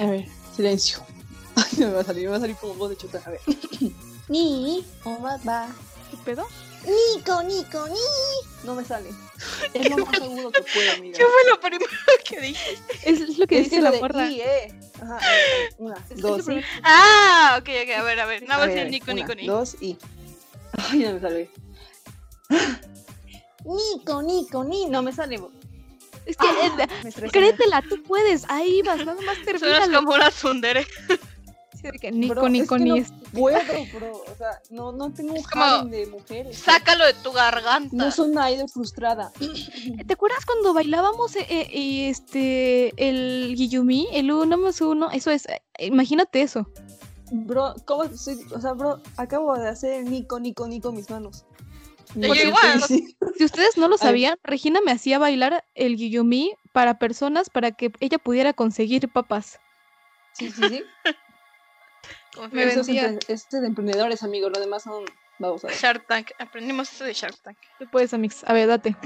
Speaker 2: A ver. Silencio. Ay, no me va a salir, me va a salir como voz de chuta. A ver.
Speaker 4: におばば
Speaker 1: ¿Qué pedo?
Speaker 4: ニコニコニ
Speaker 2: No me sale. Es lo más agudo que puedo, amiga.
Speaker 3: ¿Qué fue lo primero que dije?
Speaker 1: Es lo que
Speaker 2: Es
Speaker 1: dice
Speaker 2: lo
Speaker 1: la
Speaker 2: de
Speaker 1: porra.
Speaker 2: I, eh. Ajá, a ver, una, dos, y.
Speaker 3: Ah, ok, ok, a ver, a ver. Nada
Speaker 2: A
Speaker 3: más
Speaker 2: ver,
Speaker 3: el Nico,
Speaker 2: una,
Speaker 3: Nico, Nico.
Speaker 2: Dos y. Ay, no me sale.
Speaker 4: ニコニコニ
Speaker 2: No me sale.
Speaker 1: Es que, eh,
Speaker 2: Me estresé.
Speaker 1: créetela, tú puedes, ahí vas, nada más
Speaker 3: Suenas
Speaker 1: termina.
Speaker 3: como una tsundere.
Speaker 1: Nico,
Speaker 2: Bro, es
Speaker 1: Nico,
Speaker 2: que
Speaker 1: ni
Speaker 2: no puedo, bro. O sea, no, no tengo un
Speaker 3: como-
Speaker 2: harem de mujeres.
Speaker 3: Sácalo de tu garganta.
Speaker 2: No soy una idol frustrada.
Speaker 1: ¿Te acuerdas cuando bailábamos eh, eh, y este el Guillumi, el uno más uno? Eso es, eh, imagínate eso.
Speaker 2: Bro, ¿cómo soy? O sea, bro, acabo de hacer el Nico, Nico, Nico en mis manos.
Speaker 3: Yo
Speaker 2: Porque
Speaker 3: igual.
Speaker 2: estoy así.
Speaker 1: Si ustedes no lo
Speaker 2: Ay.
Speaker 1: sabían, Regina me hacía bailar el Guillumi para personas para que ella pudiera conseguir papas.
Speaker 2: Sí, sí, sí.
Speaker 1: Me
Speaker 2: Eso es,
Speaker 1: vendía.
Speaker 2: empre- eso es de emprendedores, amigo. Lo demás son. Vamos a ver.
Speaker 3: Shark Tank. Aprendimos esto de Shark Tank.
Speaker 1: Tú puedes, Amix. A ver, date.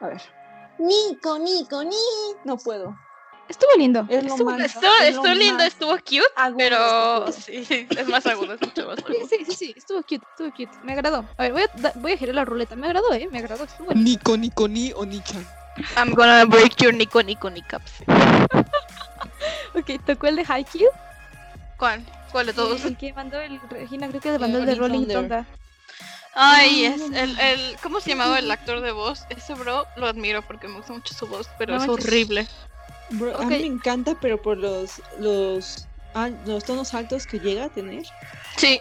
Speaker 2: A ver.
Speaker 4: ニコニコニ
Speaker 2: No puedo.
Speaker 1: Estuvo lindo.
Speaker 2: Es lo
Speaker 1: Estuvo-
Speaker 2: más
Speaker 3: Estuvo,
Speaker 2: es lo
Speaker 3: estuvo lindo,
Speaker 2: más
Speaker 3: estuvo cute,
Speaker 2: agudo este que
Speaker 3: pero
Speaker 2: puedo.
Speaker 3: sí, es más agudo, es mucho más
Speaker 1: Eh, Sí,
Speaker 3: agudo.
Speaker 1: sí, sí, sí, estuvo cute, estuvo cute. Me agradó. A ver, voy a, da- voy a girar la ruleta. Me agradó, eh, me agradó. Estuvo lindo.
Speaker 5: Nico, Nico, ni o Nichan.
Speaker 3: I'm gonna break your Nico, Nico, Nicaps.
Speaker 1: Ok, tocó el de Haikyuu.
Speaker 3: ¿Cuál? ¿Cuál de todos?
Speaker 1: El que mandó el Regina, creo que le mandó
Speaker 2: Eh,
Speaker 1: el de
Speaker 2: Rolling
Speaker 1: Rolling
Speaker 2: Thunder.
Speaker 1: Thunder.
Speaker 3: Ay, es el, el, ¿cómo se llamaba el actor de voz? Ese bro lo admiro porque me gusta mucho su voz, pero
Speaker 1: No
Speaker 3: es
Speaker 1: manches.
Speaker 3: horrible.
Speaker 2: Bro, A
Speaker 1: Ok.
Speaker 2: mí me encanta, pero por los los, al- los tonos altos que llega a tener.
Speaker 3: Sí,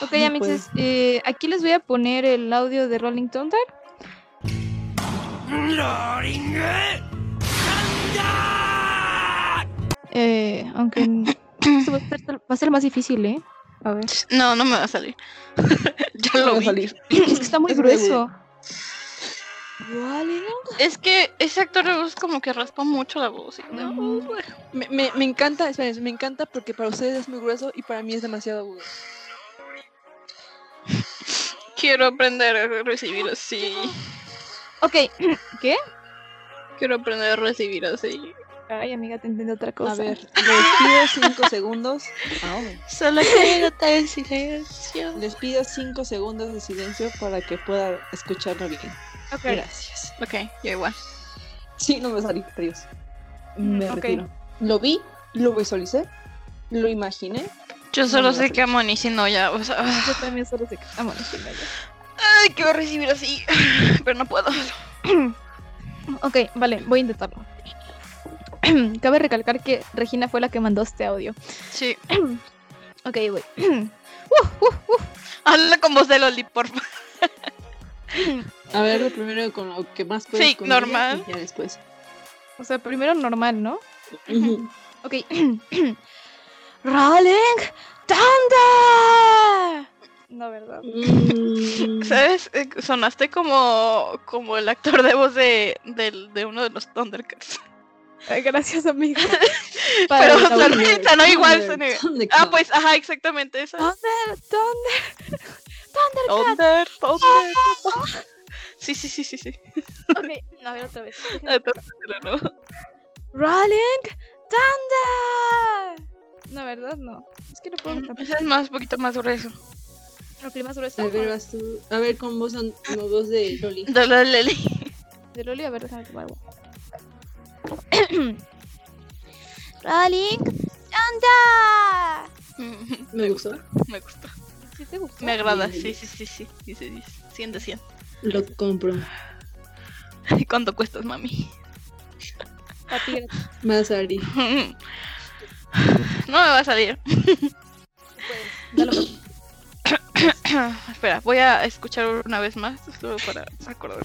Speaker 1: Ok,
Speaker 2: No
Speaker 1: amixes, eh, aquí les voy a poner el audio de Rolling Thunder. Eh, aunque n- esto va a, ser, va a ser más difícil, ¿eh? A ver.
Speaker 3: no, no me va a salir. ya
Speaker 2: No
Speaker 3: lo
Speaker 2: va a
Speaker 3: vi.
Speaker 2: salir.
Speaker 1: Es que está muy
Speaker 2: Es muy
Speaker 1: grueso. Vale.
Speaker 3: Es que ese actor de voz como que raspa mucho la voz. y no,
Speaker 1: Ujú.
Speaker 3: bueno.
Speaker 5: Me, me, me encanta, espérense, me encanta porque para ustedes es muy grueso y para mí es demasiado agudo.
Speaker 3: Quiero aprender a recibir así.
Speaker 1: Ok.
Speaker 3: Quiero aprender a recibir así.
Speaker 1: Ay, amiga, te entendí otra cosa.
Speaker 2: A ver, les pido 5 segundos. Ahora,
Speaker 3: Solo quiero estar en silencio.
Speaker 2: Les pido 5 segundos de silencio para que pueda escucharlo bien.
Speaker 1: Ok.
Speaker 2: Gracias.
Speaker 3: Ok, yo igual.
Speaker 2: Sí, no me salí. Adiós.
Speaker 5: Mm,
Speaker 2: Me
Speaker 1: Ok.
Speaker 2: retiro. Lo vi, lo visualicé, lo imaginé.
Speaker 3: Yo solo
Speaker 2: no,
Speaker 3: sé que amo a Nishi no ya. O sea, ah.
Speaker 1: Yo también solo sé que estamos en el baño.
Speaker 3: ay, quiero recibir así. Pero no puedo.
Speaker 1: Ok, vale, voy a intentarlo. Cabe recalcar que Regina fue la que mandó este audio.
Speaker 3: Sí.
Speaker 1: Ok, voy. Uh, uh, uh.
Speaker 3: Habla con voz de Loli, por favor.
Speaker 5: A ver, lo primero con lo que más puedes.
Speaker 3: Sí,
Speaker 5: con ella
Speaker 3: normal.
Speaker 5: y ya después.
Speaker 1: O sea, primero normal, ¿no?
Speaker 5: Ujú.
Speaker 1: Ok. Rolling Thunder. No, ¿verdad?
Speaker 5: Mm.
Speaker 3: ¿Sabes? Eh, Sonaste como, como el actor de voz de, del- de uno de los Thundercats. Ah,
Speaker 1: Ay, Gracias, amigo.
Speaker 3: Pero
Speaker 1: Para-
Speaker 3: sonó, sonó igual. sonó
Speaker 5: Thunder,
Speaker 3: igual.
Speaker 5: Thunder
Speaker 3: Ah,
Speaker 5: Cat.
Speaker 3: pues, ajá, exactamente eso.
Speaker 1: Thunder, Thunder.
Speaker 3: Thunder, Thunder. Sí, sí, sí, sí, sí.
Speaker 1: Ok, a ver otra vez.
Speaker 3: Ah, Thunder, no.
Speaker 1: Rolling Thunder. No, ¿verdad? No. Es que no puedo
Speaker 3: Mm,
Speaker 1: cantar.
Speaker 3: Ese es más, un poquito más grueso.
Speaker 1: Lo que más grueso.
Speaker 5: A ver, vas tú. A ver, con voz, an- no, voz de Loli.
Speaker 3: De la Leli.
Speaker 1: De Loli, a ver, déjame tomar agua. Rolling Thunder.
Speaker 3: Mm,
Speaker 5: Me gustó.
Speaker 3: Me gusta.
Speaker 1: ¿Sí te gustó?
Speaker 3: Me agrada.
Speaker 5: Bien.
Speaker 3: Sí, sí, sí, sí. Dice 10. 100 de 100.
Speaker 5: Lo compro.
Speaker 3: ¿Y cuánto cuestas, mami?
Speaker 1: Papi, gratis,
Speaker 5: Más Ari.
Speaker 3: No me va a salir.
Speaker 1: dalo.
Speaker 3: Ah, Espera, voy a escuchar una vez más solo para acordar.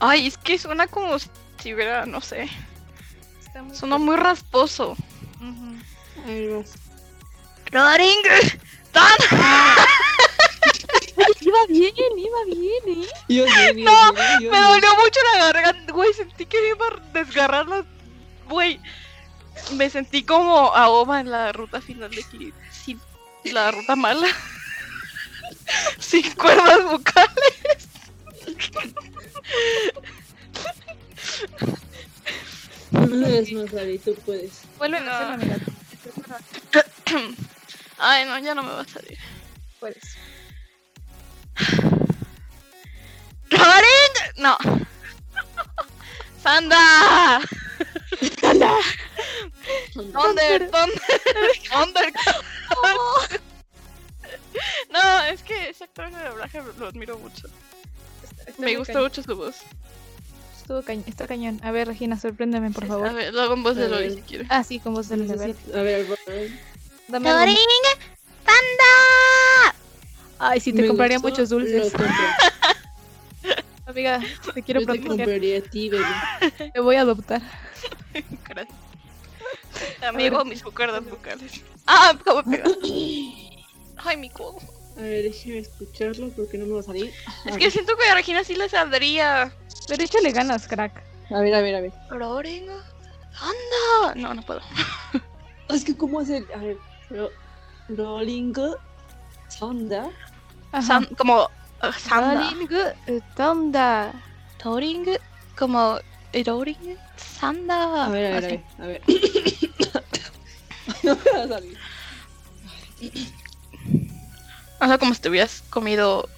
Speaker 3: Ay, es que suena como si hubiera, no sé.
Speaker 1: Está muy
Speaker 3: Suena muy rasposo.
Speaker 1: Ujú.
Speaker 5: A ver, vas.
Speaker 3: Roaring
Speaker 1: Iba bien, iba bien, ¿eh?
Speaker 5: Yo sí, yo
Speaker 3: No,
Speaker 5: sí, yo
Speaker 3: Me
Speaker 5: sí.
Speaker 3: dolió mucho la garganta, güey. Sentí que me iba a desgarrar la. Güey. Me sentí como a Oma en la ruta final de Kid. Sin la ruta mala. Sin cuerdas vocales.
Speaker 5: Una vez más, Ari, tú puedes.
Speaker 1: Vuelve
Speaker 3: No.
Speaker 1: a hacerlo, amiga.
Speaker 3: Ay, no, ya no me va a salir.
Speaker 1: Puedes.
Speaker 3: ¡Roaring! No. ¡Sanda! ¡Thunder! ¡Thunder! ¡Thunder! No, es que ese actor de doblaje lo admiro mucho. Me gusta mucho su voz.
Speaker 1: Estuvo cañón, está cañón. A ver, Regina, sorpréndeme, por favor.
Speaker 3: A ver, lo hago en voz de
Speaker 5: A
Speaker 3: Lori
Speaker 5: ver.
Speaker 3: si quiere.
Speaker 1: Ah, sí, con voz del
Speaker 5: A
Speaker 1: deber.
Speaker 5: ver, por favor.
Speaker 1: Dame algo.
Speaker 4: ¡Torín! ¡Panda!
Speaker 1: Ay, sí, te
Speaker 5: Me
Speaker 1: compraría
Speaker 5: gustó,
Speaker 1: muchos dulces.
Speaker 5: Lo compro.
Speaker 1: Amiga, te quiero
Speaker 5: Yo te
Speaker 1: proteger.
Speaker 5: compraría a ti, bebé.
Speaker 1: Te, voy a adoptar.
Speaker 3: Gracias. Amigo, mis cuerdas vocales. Ah, cómo me pega. Ay, mi codo.
Speaker 5: A ver, déjeme escucharlo porque no me va a salir.
Speaker 3: Es que siento que a Regina sí le saldría.
Speaker 1: Pero échale ganas, crack.
Speaker 5: A ver, a ver, a ver.
Speaker 3: Rorenga. ¡Anda! No, no puedo.
Speaker 5: Es que cómo hacer... A ver. Ro Rolling Sonda.
Speaker 1: Ajá.
Speaker 3: San- como. uh, Sanda.
Speaker 1: Rolling, eh, Tonda.
Speaker 3: Toring. Como. Roring. Sanda.
Speaker 5: A ver, a ver, a
Speaker 3: Así.
Speaker 5: ver. A ver. no me va a salir.
Speaker 3: O sea, como si te hubieras comido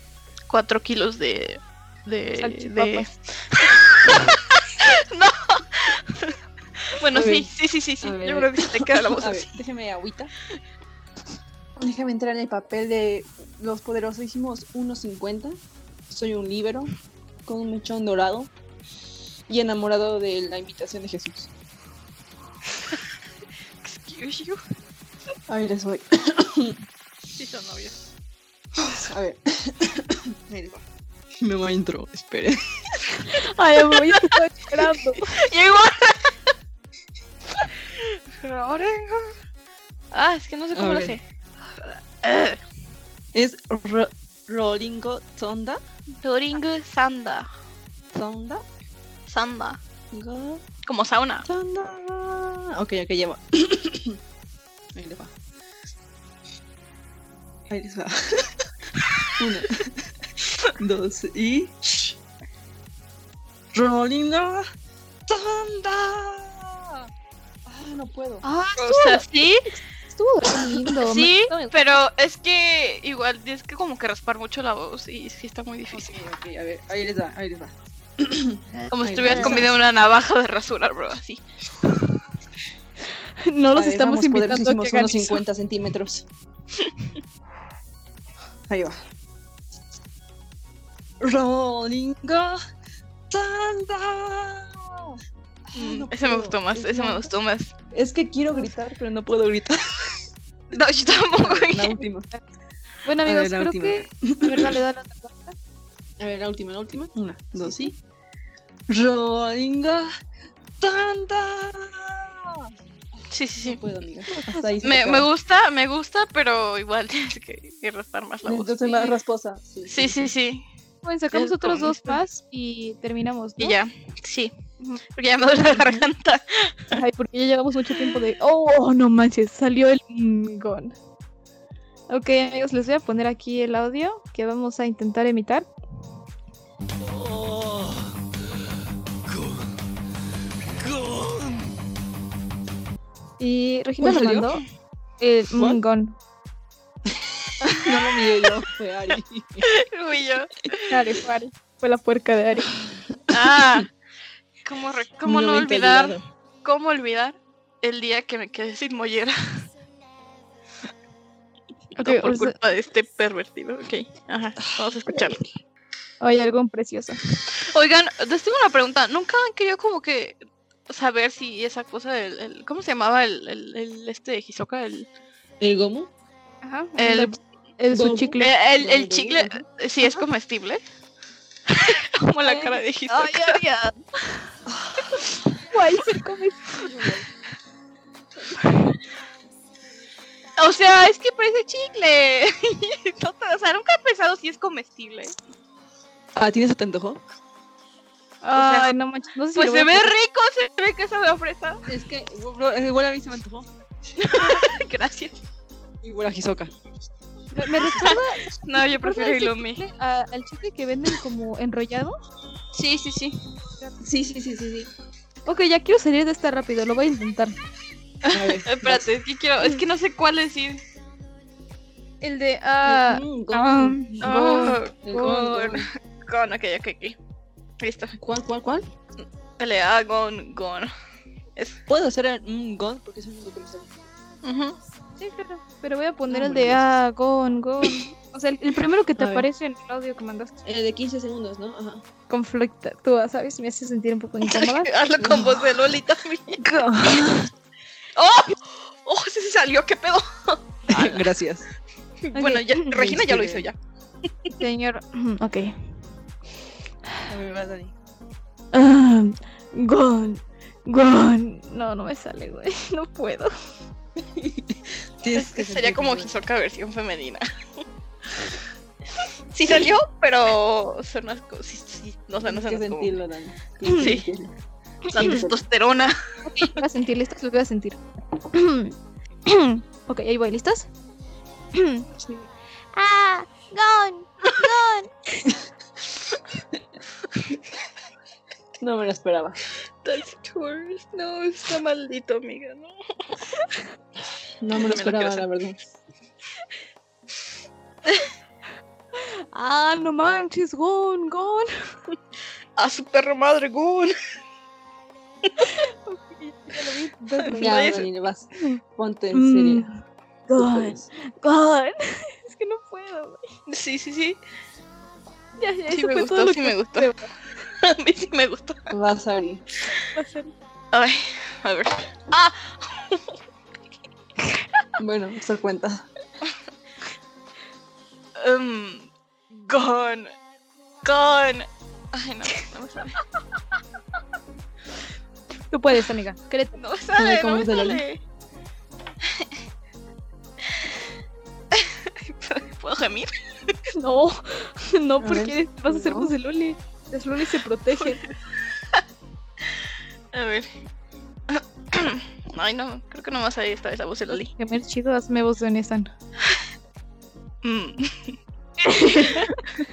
Speaker 3: 4 kilos de. de. de...
Speaker 1: Salchipapas.
Speaker 3: no. bueno,
Speaker 5: A ver.
Speaker 3: sí, sí, sí, sí, sí.
Speaker 5: A ver,
Speaker 3: Yo
Speaker 5: a
Speaker 3: creo
Speaker 5: ver.
Speaker 3: que se te queda la voz
Speaker 5: A ver,
Speaker 3: así.
Speaker 5: déjeme agüita.
Speaker 2: Déjame entrar en el papel de los poderosísimos 1.50. Soy un líbero con un mechón dorado y enamorado de la invitación de Jesús.
Speaker 3: Excuse you.
Speaker 2: Ahí les voy.
Speaker 3: Sí, son novios.
Speaker 2: A ver. Ahí les voy. Me voy a intro, espere.
Speaker 1: Ay, amor, yo te estoy esperando.
Speaker 3: Pero ahora- Ah, es que no sé cómo lo
Speaker 2: Ok.
Speaker 3: sé. Eh,
Speaker 2: Es Ro- Rolingo Tonda.
Speaker 3: Toringu Sanda.
Speaker 2: Tonda.
Speaker 3: Sanda.
Speaker 2: Go-
Speaker 3: Como sauna.
Speaker 2: Tonda. Ok, ok, llevo. Ahí les va. Ahí les va. Una, dos y. Rolingo Tonda. Ah, no puedo.
Speaker 1: Ah,
Speaker 3: O sea, sí,
Speaker 1: estuvo re lindo.
Speaker 3: sí,
Speaker 1: me- no me-
Speaker 3: pero es que igual tienes que como que raspar mucho la voz y sí está muy
Speaker 2: Ok,
Speaker 3: difícil.
Speaker 2: ok, a ver, ahí les va, ahí les va.
Speaker 3: Como si
Speaker 2: Ay,
Speaker 3: tuvieras
Speaker 2: no.
Speaker 3: comido una navaja de rasurar, bro, así.
Speaker 1: No los
Speaker 2: A ver,
Speaker 1: estamos
Speaker 2: vamos,
Speaker 1: invitando a
Speaker 2: poderosísimos,
Speaker 1: que hagan
Speaker 2: unos
Speaker 1: eso.
Speaker 2: 50 centímetros. Ahí va. Rolling Thunder. Ah,
Speaker 3: Mm,
Speaker 2: no
Speaker 3: ese me
Speaker 2: puedo,
Speaker 3: gustó más,
Speaker 2: es
Speaker 3: ese me
Speaker 2: blanca.
Speaker 3: gustó más.
Speaker 2: Es que quiero gritar, pero no puedo gritar.
Speaker 3: No, yo tampoco.
Speaker 2: La última.
Speaker 1: Bueno,
Speaker 2: A ver,
Speaker 1: amigos,
Speaker 2: la
Speaker 1: creo
Speaker 2: última.
Speaker 1: que. A ver, dale, dale otra cosa.
Speaker 2: A ver, la última, la última. Una, dos, sí. Rolinga. Tanda.
Speaker 3: Sí, sí,
Speaker 2: No
Speaker 3: sí.
Speaker 2: puedo, amiga. Hasta ahí se
Speaker 3: Me, me
Speaker 2: acaba.
Speaker 3: gusta, me gusta, pero igual tienes que, que raspar más la voz.
Speaker 6: Entonces más rasposa.
Speaker 3: Sí, sí, sí.
Speaker 1: Bueno, sacamos
Speaker 3: Es
Speaker 1: otros dos
Speaker 3: bonito.
Speaker 1: más y terminamos. ¿no?
Speaker 3: Y ya, sí.
Speaker 1: Ujú.
Speaker 3: Porque ya me duele la garganta.
Speaker 1: Ay, porque ya llevamos mucho tiempo de. ¡Oh, no manches! Salió el mingón. Ok, amigos, les voy a poner aquí el audio que vamos a intentar imitar.
Speaker 2: Oh,
Speaker 7: ゴンゴン
Speaker 1: Y Regina
Speaker 2: ¿Cuál
Speaker 1: lo
Speaker 2: salió?
Speaker 1: mandó el
Speaker 2: ¿Cuál?
Speaker 1: mingón.
Speaker 2: No lo miré yo, fue Ari.
Speaker 3: Uy, yo.
Speaker 1: Dale, fue Ari. Fue la puerca de Ari.
Speaker 3: Ah. ¿Cómo, re- cómo no
Speaker 2: me
Speaker 3: olvidar?
Speaker 2: ayudaron.
Speaker 3: ¿Cómo olvidar el día que me quedé sin mollera?
Speaker 1: Ok,
Speaker 3: Todo por
Speaker 1: o sea-
Speaker 3: culpa de este pervertido. Ok, ajá, vamos a escucharlo.
Speaker 1: Oye, algo precioso.
Speaker 3: Oigan, les tengo una pregunta. ¿Nunca han querido como que saber si esa cosa del... el- ¿Cómo se llamaba el, el, el- este de Hisoka? El,
Speaker 2: ¿El gomu?
Speaker 1: Ajá.
Speaker 3: el,
Speaker 1: el su
Speaker 2: Gomu.
Speaker 1: chicle.
Speaker 3: Eh, el- el- el
Speaker 2: Gomu,
Speaker 3: chicle, eh,
Speaker 2: ajá.
Speaker 3: si es comestible. como la cara de Hisoka.
Speaker 1: ay, ay. Guay, se come.
Speaker 3: O sea, es que parece chicle. No te- o sea, nunca he pensado si es comestible.
Speaker 2: Ah, ¿tienes te antojó?
Speaker 1: Ay, no manches. No sé si
Speaker 3: Pues
Speaker 1: lo
Speaker 3: se
Speaker 1: voy
Speaker 3: ve
Speaker 1: a hacer.
Speaker 3: rico, se ve que sabe a fresa.
Speaker 2: Es que igual a mí se me antojó.
Speaker 3: Gracias.
Speaker 2: Igual a Hisoka.
Speaker 1: Me- Me recuerda
Speaker 3: No, yo prefiero
Speaker 1: ese
Speaker 3: Ilumi.
Speaker 1: chicle a- al chicle que venden como enrollado.
Speaker 3: Sí, sí, sí.
Speaker 2: Sí, sí, sí, sí, sí.
Speaker 1: Ok, ya quiero salir de esta rápido, lo voy a intentar.
Speaker 2: A ver.
Speaker 3: Espérate, es que quiero, es que no sé cuál decir.
Speaker 1: El de. ah,
Speaker 2: Mm, gomu.
Speaker 1: ah,
Speaker 3: Oh,
Speaker 2: El
Speaker 3: gon,
Speaker 2: gomu.
Speaker 3: gon, ok, ok, ok. Listo. ah,
Speaker 2: ¿Cuál, cuál, cuál?
Speaker 3: Pelea, gon, gon. Es.
Speaker 2: Puedo hacer el mm, gon porque es el único que me sale.
Speaker 3: ujú.
Speaker 1: sí, claro, Pero voy a poner
Speaker 2: Ah,
Speaker 1: el
Speaker 2: bueno.
Speaker 1: de. Ah, gon, gon. O sea, el, el primero que te
Speaker 2: A ver.
Speaker 1: aparece en el audio que mandaste.
Speaker 2: El Eh, de 15 segundos, ¿no? Ajá.
Speaker 1: Conflicta. Tú, ¿sabes? Me hace sentir un poco incómoda.
Speaker 3: Hazlo con voz de Lolita. ¡Oh! ¡Oh! Sí, sí salió, qué pedo.
Speaker 2: Ah, Gracias.
Speaker 3: Bueno, ya, Regina ya lo hizo
Speaker 2: inspiré.
Speaker 3: ya.
Speaker 1: Señor. Ok.
Speaker 2: A ver, vas, Dani.
Speaker 1: Ah, gon, gon. No, no me sale, güey. No puedo.
Speaker 2: Tienes que
Speaker 3: Sería
Speaker 2: sentir
Speaker 3: como
Speaker 2: que-
Speaker 3: Hisoka versión femenina. Sí salió, pero son unas cosas. Sí, sí, no sé, no
Speaker 2: Tienes que
Speaker 3: sé. no sé cómo.
Speaker 2: sentirlo, Dani. Tienes que
Speaker 3: Sí.
Speaker 2: sentirlo.
Speaker 3: La testosterona.
Speaker 1: Voy a sentir, listos, los voy a sentir. ok, ahí voy, ¿listos?
Speaker 8: Ah, gon,
Speaker 2: No me lo esperaba.
Speaker 3: That's yours. No, está maldito, amiga. No.
Speaker 2: No me lo
Speaker 3: Me lo quiero
Speaker 2: esperaba, la
Speaker 3: hacer.
Speaker 2: verdad.
Speaker 1: Ah, no manches, gon, gon.
Speaker 3: A su perro madre, Gun.
Speaker 2: Ya,
Speaker 3: No, es-
Speaker 2: Dani, vas. Ponte en
Speaker 1: Mm,
Speaker 2: serio. Tú
Speaker 1: Gon,
Speaker 2: puedes.
Speaker 1: gon. Es que no puedo, güey.
Speaker 3: Sí, sí, sí.
Speaker 1: Ya, ya,
Speaker 3: Sí
Speaker 1: eso
Speaker 3: me
Speaker 1: fue todo
Speaker 3: gustó,
Speaker 1: lo
Speaker 3: sí
Speaker 1: que
Speaker 3: me gustó. A mí sí me gustó.
Speaker 2: Vas, Ari.
Speaker 1: puedo hacer.
Speaker 3: Ay, a ver.
Speaker 2: Bueno, se cuenta.
Speaker 3: Um, gone. Gone. Ay, no, no me sale.
Speaker 1: Tú puedes, amiga. Créete.
Speaker 3: No me sale,
Speaker 2: ¿cómo
Speaker 3: no me
Speaker 2: se lo
Speaker 3: sale. ¿Puedo gemir?
Speaker 1: No, no,
Speaker 2: A ver,
Speaker 1: porque vas a hacer
Speaker 2: no.
Speaker 1: voz de Loli. Las Loli se protegen.
Speaker 3: A ver. Ay, no, creo que nomás ahí está esa voz de Loli.
Speaker 1: Gamer chido, hazme voz de Onesan.
Speaker 3: Mm.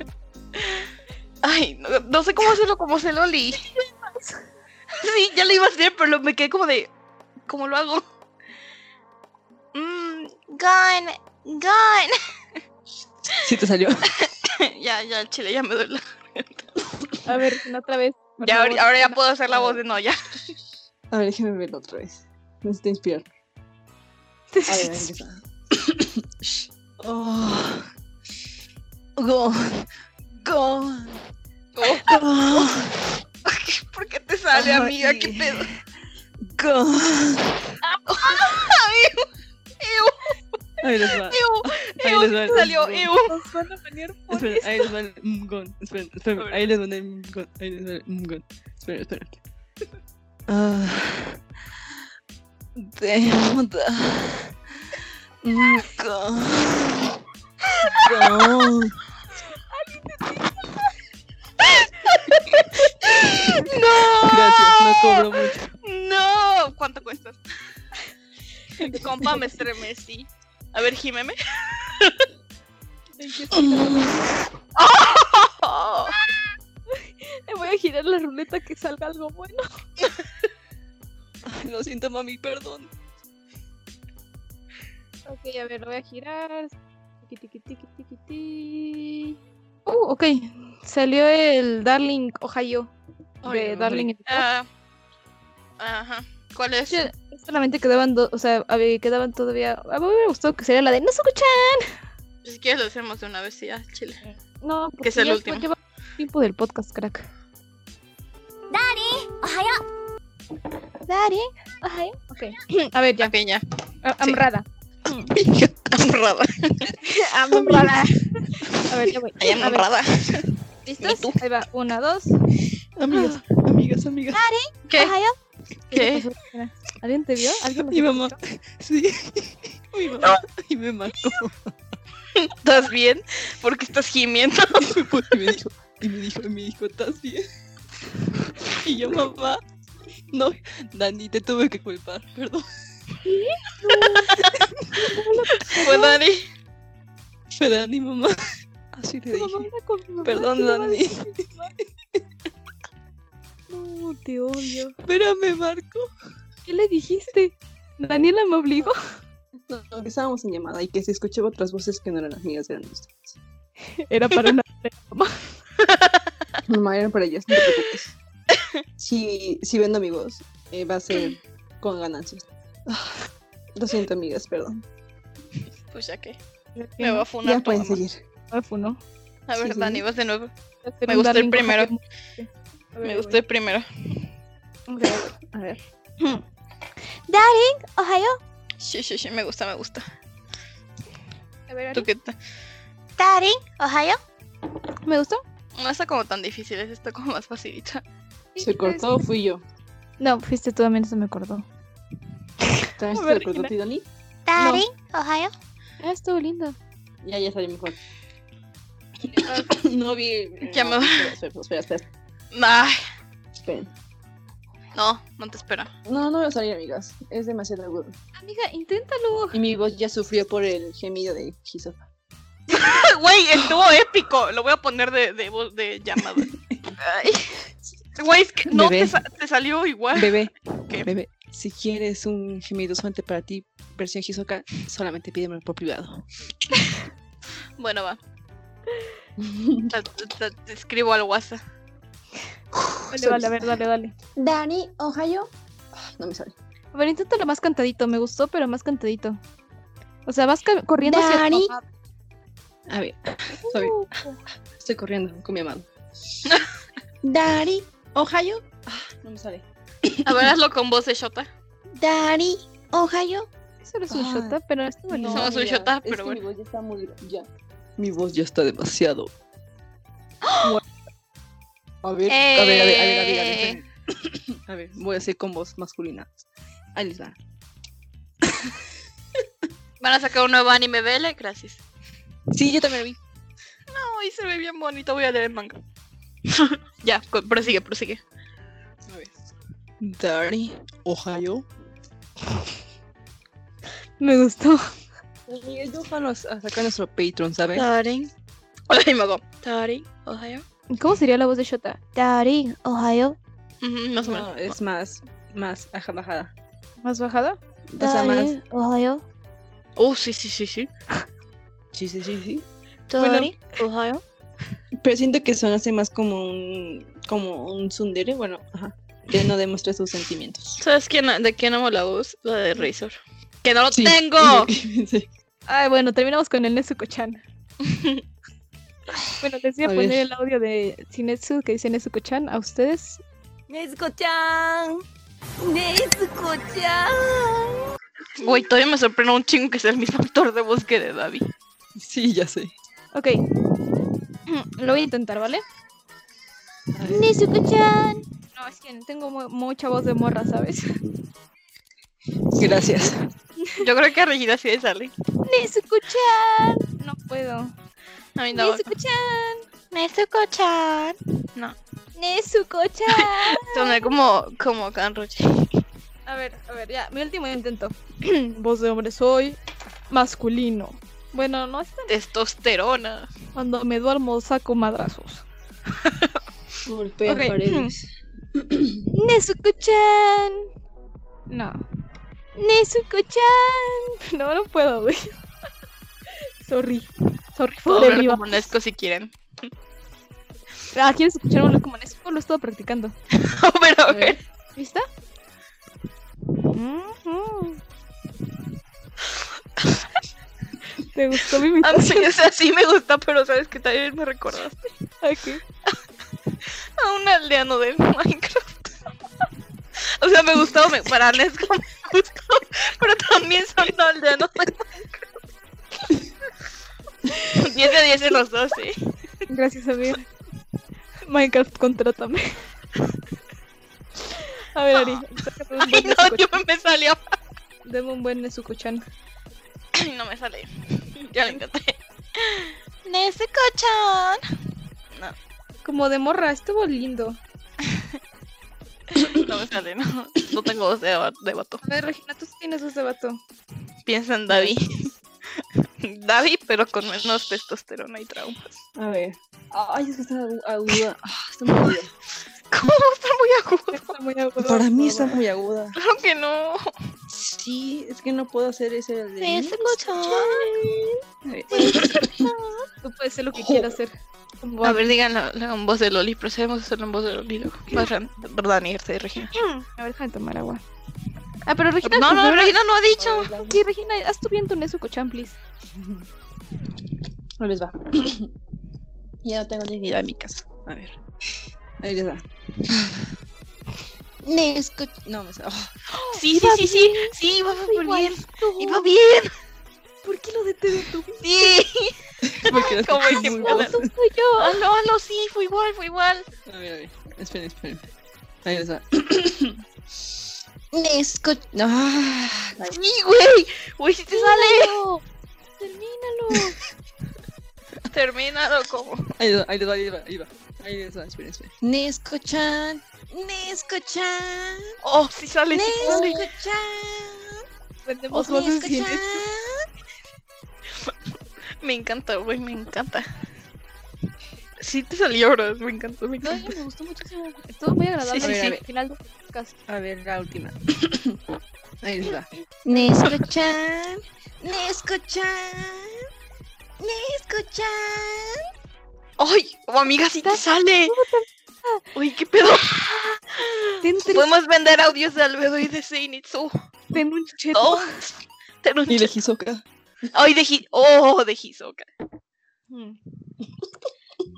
Speaker 3: Ay, no, no sé cómo hacerlo como hace Loli. Sí, ya lo iba a hacer, pero lo- me quedé como de. ¿Cómo lo hago? Mm, gone, gone.
Speaker 2: Sí te salió.
Speaker 3: ya, ya, el chile, ya me duele.
Speaker 1: A ver, Regina, otra vez. por
Speaker 3: Ya,
Speaker 1: favor.
Speaker 3: ahora, ahora ya puedo hacer la voz de no, ya.
Speaker 2: A ver, déjame verlo otra vez. Necesito inspirar. A ver, empieza. oh. Gone. Gone.
Speaker 3: Oh,
Speaker 2: Gone.
Speaker 3: ¿Por qué te Chale,
Speaker 5: Ajá,
Speaker 3: amiga,
Speaker 5: y-
Speaker 3: qué pedo.
Speaker 5: Go.
Speaker 3: Ew,
Speaker 5: Ahí les va. Ahí
Speaker 3: ew,
Speaker 5: les
Speaker 3: ew,
Speaker 5: va.
Speaker 3: salió, ew.
Speaker 1: Nos van a banear por
Speaker 5: Esperen,
Speaker 1: eso.
Speaker 5: ahí les va el mgón. Esperen, esperen.
Speaker 3: A ver.
Speaker 5: Ahí les va el mgón. Ahí les va el mgón. Esperen, esperen. Ah. Demda. Mgón. Mgón.
Speaker 3: No.
Speaker 5: Gracias, no cobro mucho.
Speaker 3: No. ¿Cuánto cuestas? Compa, me estremecí. A ver, gímeme. Oh,
Speaker 1: Le voy a girar la ruleta que salga algo bueno.
Speaker 5: Ay, Lo siento, mami, perdón.
Speaker 1: Ok, a ver, lo voy a girar. Tiqui, tiqui, tiqui, tiqui, ti. Uh, ok. Salió el Darling Ohio.
Speaker 5: Ay,
Speaker 1: De
Speaker 5: no,
Speaker 1: Darling in the Box.
Speaker 3: ah, ajá. ¿Cuál es?
Speaker 1: Yo- Solamente quedaban dos, o sea, a ver, quedaban todavía. A mí me hubiera gustado que sería la de No escuchan.
Speaker 3: Si quieres lo hacemos de una vez y ya, chile.
Speaker 1: No, porque
Speaker 3: es el
Speaker 1: ya
Speaker 3: último.
Speaker 1: lleva tiempo del podcast, crack.
Speaker 4: おはよ
Speaker 1: Darling Ohio. Ok. A ver, ya.
Speaker 3: Ya que ya.
Speaker 1: A-
Speaker 3: sí.
Speaker 1: Amrada.
Speaker 3: Amrada.
Speaker 1: Amrada. A ver, ya voy.
Speaker 3: Ay,
Speaker 1: A ver,
Speaker 3: amrada.
Speaker 1: ¿listos? Ahí va. Una, dos.
Speaker 5: Amigas, amigas, amigas.
Speaker 3: ¿Qué?
Speaker 1: Ohio.
Speaker 3: ¿Qué?
Speaker 1: pasó? Espera. ¿Alguien te vio? ¿Alguien nos
Speaker 5: Mi mamá.
Speaker 1: escuchó?
Speaker 5: Sí. Mi mamá. Y me marcó.
Speaker 3: ¿Estás bien? Porque estás gimiendo.
Speaker 5: Y me dijo, y me dijo, y me dijo, ¿estás bien? Y yo, mamá, no, Dani, te tuve que culpar, perdón.
Speaker 3: Fue Pues, Dani.
Speaker 5: Fue Dani, mamá. Así te
Speaker 1: Mi mamá
Speaker 5: dije.
Speaker 1: habla con mi mamá,
Speaker 5: Perdón,
Speaker 1: mi mamá
Speaker 5: Dani.
Speaker 1: No, te odio.
Speaker 5: Espérame, Marco.
Speaker 1: ¿Qué le dijiste? Daniela me obligó.
Speaker 2: No, no, que estábamos en llamada y que se escuchaba otras voces que no eran las mías, eran nuestras.
Speaker 1: Era para una.
Speaker 2: Mamá, eran para ellas, no te preocupes. Si, si vendo mi voz, eh, va a ser con ganancias. Ah, Lo siento, amigas, perdón.
Speaker 3: Pues ya que. Me va
Speaker 1: Me
Speaker 3: a funar
Speaker 2: Ya
Speaker 3: tu
Speaker 2: pueden
Speaker 3: mamá.
Speaker 2: seguir.
Speaker 1: funó.
Speaker 3: A ver,
Speaker 2: Sí,
Speaker 3: Dani,
Speaker 2: sí.
Speaker 3: vas de nuevo.
Speaker 1: Hacer
Speaker 3: Me
Speaker 1: un
Speaker 3: gusta el
Speaker 1: Darling
Speaker 3: primero.
Speaker 1: Ohio. A ver,
Speaker 3: Me
Speaker 1: ahí
Speaker 3: gustó
Speaker 1: voy.
Speaker 3: el primero.
Speaker 1: Ok, a ver.
Speaker 4: うおはよ
Speaker 3: Sí, sí, sí, me gusta, me gusta.
Speaker 1: A ver,
Speaker 3: ¿Tú
Speaker 1: Ari,
Speaker 3: qué tal?
Speaker 4: うダーリンおはよう
Speaker 1: ¿me gustó?
Speaker 3: No está como tan difícil, es está como más facilita.
Speaker 2: Se cortó, fui yo.
Speaker 1: No, fuiste tú también, se me acordó.
Speaker 2: ¿También
Speaker 1: A
Speaker 2: se
Speaker 1: ver,
Speaker 2: te cortó a ti, Dani?
Speaker 4: ダーリンおはよう
Speaker 1: Ah, estuvo lindo.
Speaker 2: Ya, ya salió mejor. No vi.
Speaker 3: Ya me-
Speaker 2: Espera, espera, espera.
Speaker 3: Ay,
Speaker 2: espera.
Speaker 3: no, no te espera.
Speaker 2: No, no voy a salir, amigas. Es demasiado agudo.
Speaker 1: Amiga, inténtalo.
Speaker 2: Y mi voz ya sufrió por el gemido de Hisoka.
Speaker 3: Güey, estuvo épico. Lo voy a poner de, de, voz- de llamada. Ay. Güey, es que no te,
Speaker 5: Bebé.
Speaker 3: sa- te salió igual.
Speaker 5: Bebé,
Speaker 3: ¿Qué?
Speaker 5: bebé, si quieres un gemido suente para ti, versión Hisoka, solamente pídemelo por privado.
Speaker 3: Bueno, va. Te- te- te- te escribo al WhatsApp.
Speaker 1: Vale, vale, a ver, dale, dale.
Speaker 2: Dani, Ohio. Ah, No me sale.
Speaker 1: A ver, inténtalo más cantadito. Me gustó, pero más cantadito. O sea, vas ca- corriendo hacia tu
Speaker 2: Dari.
Speaker 1: mamá.
Speaker 5: A ver, sorry,
Speaker 3: Uh.
Speaker 5: estoy corriendo con mi amado.
Speaker 2: Dari, Ohio. Ah, No me sale.
Speaker 3: A ver, hazlo con voz de Shota.
Speaker 2: Dari, Ohio.
Speaker 1: Eso no es un
Speaker 2: Ay,
Speaker 1: shota, pero estuvo lindo.
Speaker 3: Ah. no. Somos un
Speaker 2: amiga,
Speaker 3: shota,
Speaker 2: es
Speaker 3: pero
Speaker 2: que
Speaker 3: bueno.
Speaker 2: Mi voz ya está muy. Ya.
Speaker 5: Mi voz ya está demasiado.
Speaker 2: A ver.
Speaker 5: A ver, a ver, a ver, a ver, a
Speaker 3: Eh.
Speaker 5: ver, esperen. A ver, voy a hacer con voz masculina. Ahí les va.
Speaker 3: Van a sacar un nuevo anime BL, gracias.
Speaker 5: Sí, yo también lo vi.
Speaker 3: Ay, se ve bien bonito, voy a leer el manga. ya, co- prosigue, prosigue.
Speaker 5: A ver. Dari, Ohio.
Speaker 1: Me gustó.
Speaker 5: Pues, Ojalá a sacar nuestro Patreon, ¿sabes?
Speaker 3: Tarin. Ay, me hago. Tarin, Ohio.
Speaker 1: ¿Cómo sería la voz de Shota? Dari, Ohio.
Speaker 3: Ujú, Más o menos.
Speaker 5: No, Ah, es más, más aja- bajada.
Speaker 1: ¿Más bajada?
Speaker 5: O sea, más.
Speaker 1: Ohio.
Speaker 3: Oh, sí, sí, sí, sí.
Speaker 5: Sí, sí, sí, sí.
Speaker 3: Tarin, Ohio.
Speaker 5: Pero siento que son así más como un. como un tsundere, bueno, ajá. Que no demuestra sus sentimientos.
Speaker 3: ¿Sabes quién, de quién amo la voz? La de Razor. ¡Que no lo
Speaker 5: Sí.
Speaker 3: tengo!
Speaker 5: Sí.
Speaker 1: Ay, bueno, terminamos con el Nezuko-chan. bueno, les voy a,
Speaker 5: A ver.
Speaker 1: poner el audio de Sinetsu que dice Nezuko-chan a ustedes.
Speaker 9: ねずこちゃんねずこちゃん
Speaker 3: Güey, todavía me sorprende un chingo que sea el mismo actor de voz que de David.
Speaker 5: Sí, ya sé.
Speaker 1: Ok. Lo voy a intentar, ¿vale?
Speaker 5: A ver.
Speaker 1: Nezuko-chan. No, es que tengo mu- mucha voz de morra, ¿sabes?
Speaker 5: Gracias.
Speaker 3: Yo creo que a Regina sí le sale.
Speaker 1: Nezuko-chan. No puedo.
Speaker 3: A mí no.
Speaker 1: Nezuko-chan.
Speaker 3: Nezuko-chan.
Speaker 1: Nezuko-chan.
Speaker 3: Soné como, como Kanrochi.
Speaker 1: A ver, a ver, ya. Mi último intento. voz de hombre soy. Masculino. Bueno, no es tan...
Speaker 3: Testosterona.
Speaker 1: Cuando me duermo saco madrazos.
Speaker 10: Golpea
Speaker 1: Ok.
Speaker 10: paredes.
Speaker 1: Nezuko-chan. No. Nezuko-chan. No, no puedo, güey. Sorry. Sorry
Speaker 3: Puedo
Speaker 1: for
Speaker 3: hablar
Speaker 1: everyone.
Speaker 3: como Nesco si quieren.
Speaker 1: Ah, ¿quieres escuchar hablar como Nezuko? Lo he estado practicando.
Speaker 3: Pero, a
Speaker 5: Eh.
Speaker 3: ver.
Speaker 1: ¿Lista? Ujú. ¿Te gustó mi
Speaker 3: A mí,
Speaker 1: imitación?
Speaker 3: o sea, sí me gusta, pero sabes que también me recordaste
Speaker 1: Ok.
Speaker 3: a un aldeano de Minecraft. O sea, me gustó me- para Nesco, me gustó, pero también son aldeanos de Minecraft. 10 de 10 en los dos, sí.
Speaker 1: Gracias, amiga. Minecraft, contrátame. A ver, Ari. sácame un
Speaker 3: Ay,
Speaker 1: buen Nezuko-chan.
Speaker 3: Ah. no, yo me salió.
Speaker 1: Deme un buen Nezuko-chan.
Speaker 3: Ay, no me sale. Ya lo encontré. Nezuko-chan.
Speaker 1: Como de morra, estuvo lindo.
Speaker 3: No me sale, no. No tengo voz de, va- de vato.
Speaker 1: A ver, Regina, tú sí tienes voz de vato.
Speaker 3: Piensa en David. David, pero con menos testosterona y traumas.
Speaker 10: A ver. Ay, es que está agu- aguda. Ah, está muy aguda.
Speaker 3: ¿Cómo va a estar muy agudo?
Speaker 1: Está muy agudo.
Speaker 10: Para mí está muy aguda.
Speaker 3: Claro que no.
Speaker 10: Sí, es que no puedo hacer ese de... A ver.
Speaker 1: Tú puedes ser lo que quieras hacer.
Speaker 3: A ver, díganlo luego en voz de Loli. Procedemos a hacerlo en voz de Loli. luego. Vas a Danierte, Regina.
Speaker 1: A ver, déjame tomar agua. Ah, pero Regina.
Speaker 3: No,
Speaker 1: tu
Speaker 3: no,
Speaker 1: voz-
Speaker 3: Regina no ha dicho.
Speaker 1: Sí, Regina, haz tu bien tu Nezuko-chan, please.
Speaker 10: No les va. ya no tengo dignidad en mi casa. A ver. Ahí les va. Nesco... No, me sale.
Speaker 3: Sí, sí, sí, sí. Sí, va muy bien. Iba bien.
Speaker 1: ¿Por qué lo detuve tú?
Speaker 3: Sí.
Speaker 5: Porque las
Speaker 3: Como
Speaker 5: cosas
Speaker 3: que
Speaker 5: muy
Speaker 3: puedo.
Speaker 5: buenas.
Speaker 1: Soy yo.
Speaker 3: Aló, aló, sí. Fue igual, fue igual.
Speaker 5: A ver, a ver. Esperen, esperen. Ahí les va.
Speaker 10: Nesco... No.
Speaker 3: Sí, güey. Güey, si te sale.
Speaker 1: Termínalo.
Speaker 3: Termínalo como.
Speaker 5: Ahí les va, ahí les va, ahí les va. Ahí, va. ahí les va, esperen, esperen.
Speaker 10: Nesco-chan. Nesco-chan.
Speaker 3: Oh, sí sale, sí sale.
Speaker 10: Nesco-chan.
Speaker 1: Vendemos voces sin
Speaker 10: Nesco-chan.
Speaker 3: Me encanta, güey, me encanta. Sí te salió, bro. Me encantó, me encantó.
Speaker 1: Me gustó muchísimo. Estuvo muy agradable.
Speaker 3: Sí, sí,
Speaker 1: Al
Speaker 5: sí.
Speaker 1: final del podcast.
Speaker 5: A ver, la última. ahí les va.
Speaker 10: Nesco-chan. Nesco-chan. Nesco-chan.
Speaker 3: ¡Ay! Oh, amiga, sí te sale. Uy, qué pedo.
Speaker 1: Ten, ten-
Speaker 3: Podemos vender audios de Albedo y de Seinitsu.
Speaker 1: ten un cheto.
Speaker 3: Oh, ten un
Speaker 5: Y de
Speaker 3: ch-
Speaker 5: Hisoka.
Speaker 3: Ay, de Hi- Oh, de Hisoka.
Speaker 1: Mm.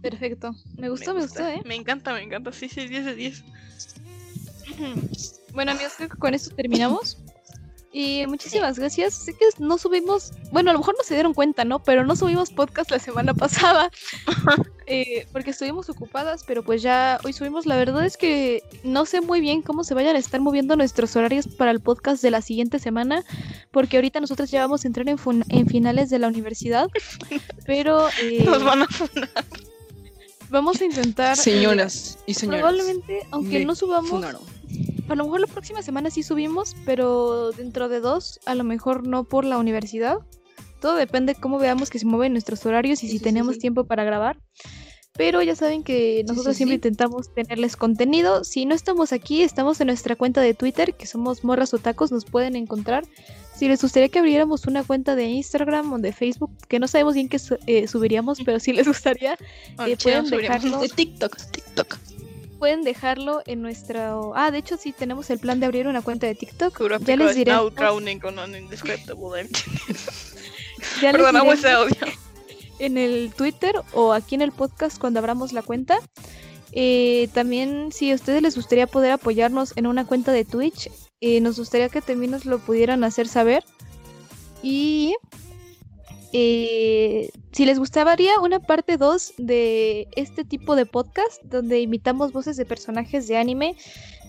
Speaker 1: Perfecto. Me gustó, me, gustó, ¿eh?
Speaker 3: Me encanta, me encanta. Sí, sí, 10 de 10.
Speaker 1: Bueno, amigos, creo que con esto terminamos. Y muchísimas gracias. Sé que no subimos, bueno, a lo mejor no se dieron cuenta, ¿no? Pero no subimos podcast la semana pasada. eh, porque estuvimos ocupadas, pero pues ya hoy subimos. La verdad es que no sé muy bien cómo se vayan a estar moviendo nuestros horarios para el podcast de la siguiente semana. Porque ahorita nosotros ya vamos a entrar en, fun- en finales de la universidad. Pero eh,
Speaker 3: Nos van a.
Speaker 1: vamos a intentar. eh,
Speaker 5: Señoras y señores.
Speaker 1: Probablemente, aunque
Speaker 5: me
Speaker 1: no subamos,
Speaker 5: Funaron.
Speaker 1: a lo mejor la próxima semana sí subimos, pero dentro de dos, a lo mejor no por la universidad. Todo depende cómo veamos que se mueven nuestros horarios
Speaker 10: Sí,
Speaker 1: y si
Speaker 10: sí, sí,
Speaker 1: tenemos
Speaker 10: sí.
Speaker 1: tiempo para grabar. Pero ya saben que nosotros
Speaker 10: sí,
Speaker 1: siempre
Speaker 10: sí.
Speaker 1: intentamos tenerles contenido. Si no estamos aquí, estamos en nuestra cuenta de Twitter, que somos Morras Otacos, nos pueden encontrar. Si les gustaría que abriéramos una cuenta de Instagram o de Facebook, que no sabemos bien qué su- eh, subiríamos, pero si les gustaría, eh, pueden dejarlo
Speaker 5: Ah, De TikTok, TikTok.
Speaker 1: pueden dejarlo en nuestro. Ah, de hecho, sí, tenemos el plan de abrir una cuenta de TikTok. Ya
Speaker 3: Gráfico
Speaker 1: les
Speaker 3: es
Speaker 1: diré.
Speaker 3: Now drowning on an indescribable empty.
Speaker 1: Ya les
Speaker 3: Perdón, hago ese
Speaker 1: diré
Speaker 3: audio.
Speaker 1: en el Twitter o aquí en el podcast cuando abramos la cuenta. Eh, también, si a ustedes les gustaría poder apoyarnos en una cuenta de Twitch, eh, nos gustaría que también nos lo pudieran hacer saber. Y eh, si les gustaría una parte 2 de este tipo de podcast, donde imitamos voces de personajes de anime,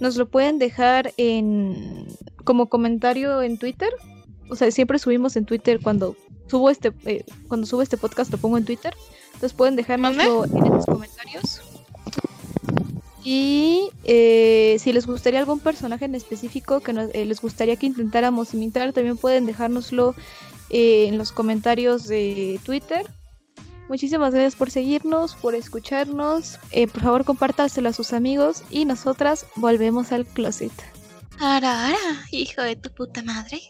Speaker 1: nos lo pueden dejar en como comentario en Twitter. O sea, siempre subimos en Twitter cuando subo este, eh, cuando subo este podcast lo pongo en Twitter. Entonces pueden dejárnoslo en los comentarios. Y eh, si les gustaría algún personaje en específico que nos- eh, les gustaría que intentáramos imitar, también pueden dejárnoslo eh, en los comentarios de Twitter. Muchísimas gracias por seguirnos, por escucharnos. Eh, por favor, compártaselo a sus amigos y nosotras volvemos al closet.
Speaker 3: Ahora, ahora, hijo de tu puta madre.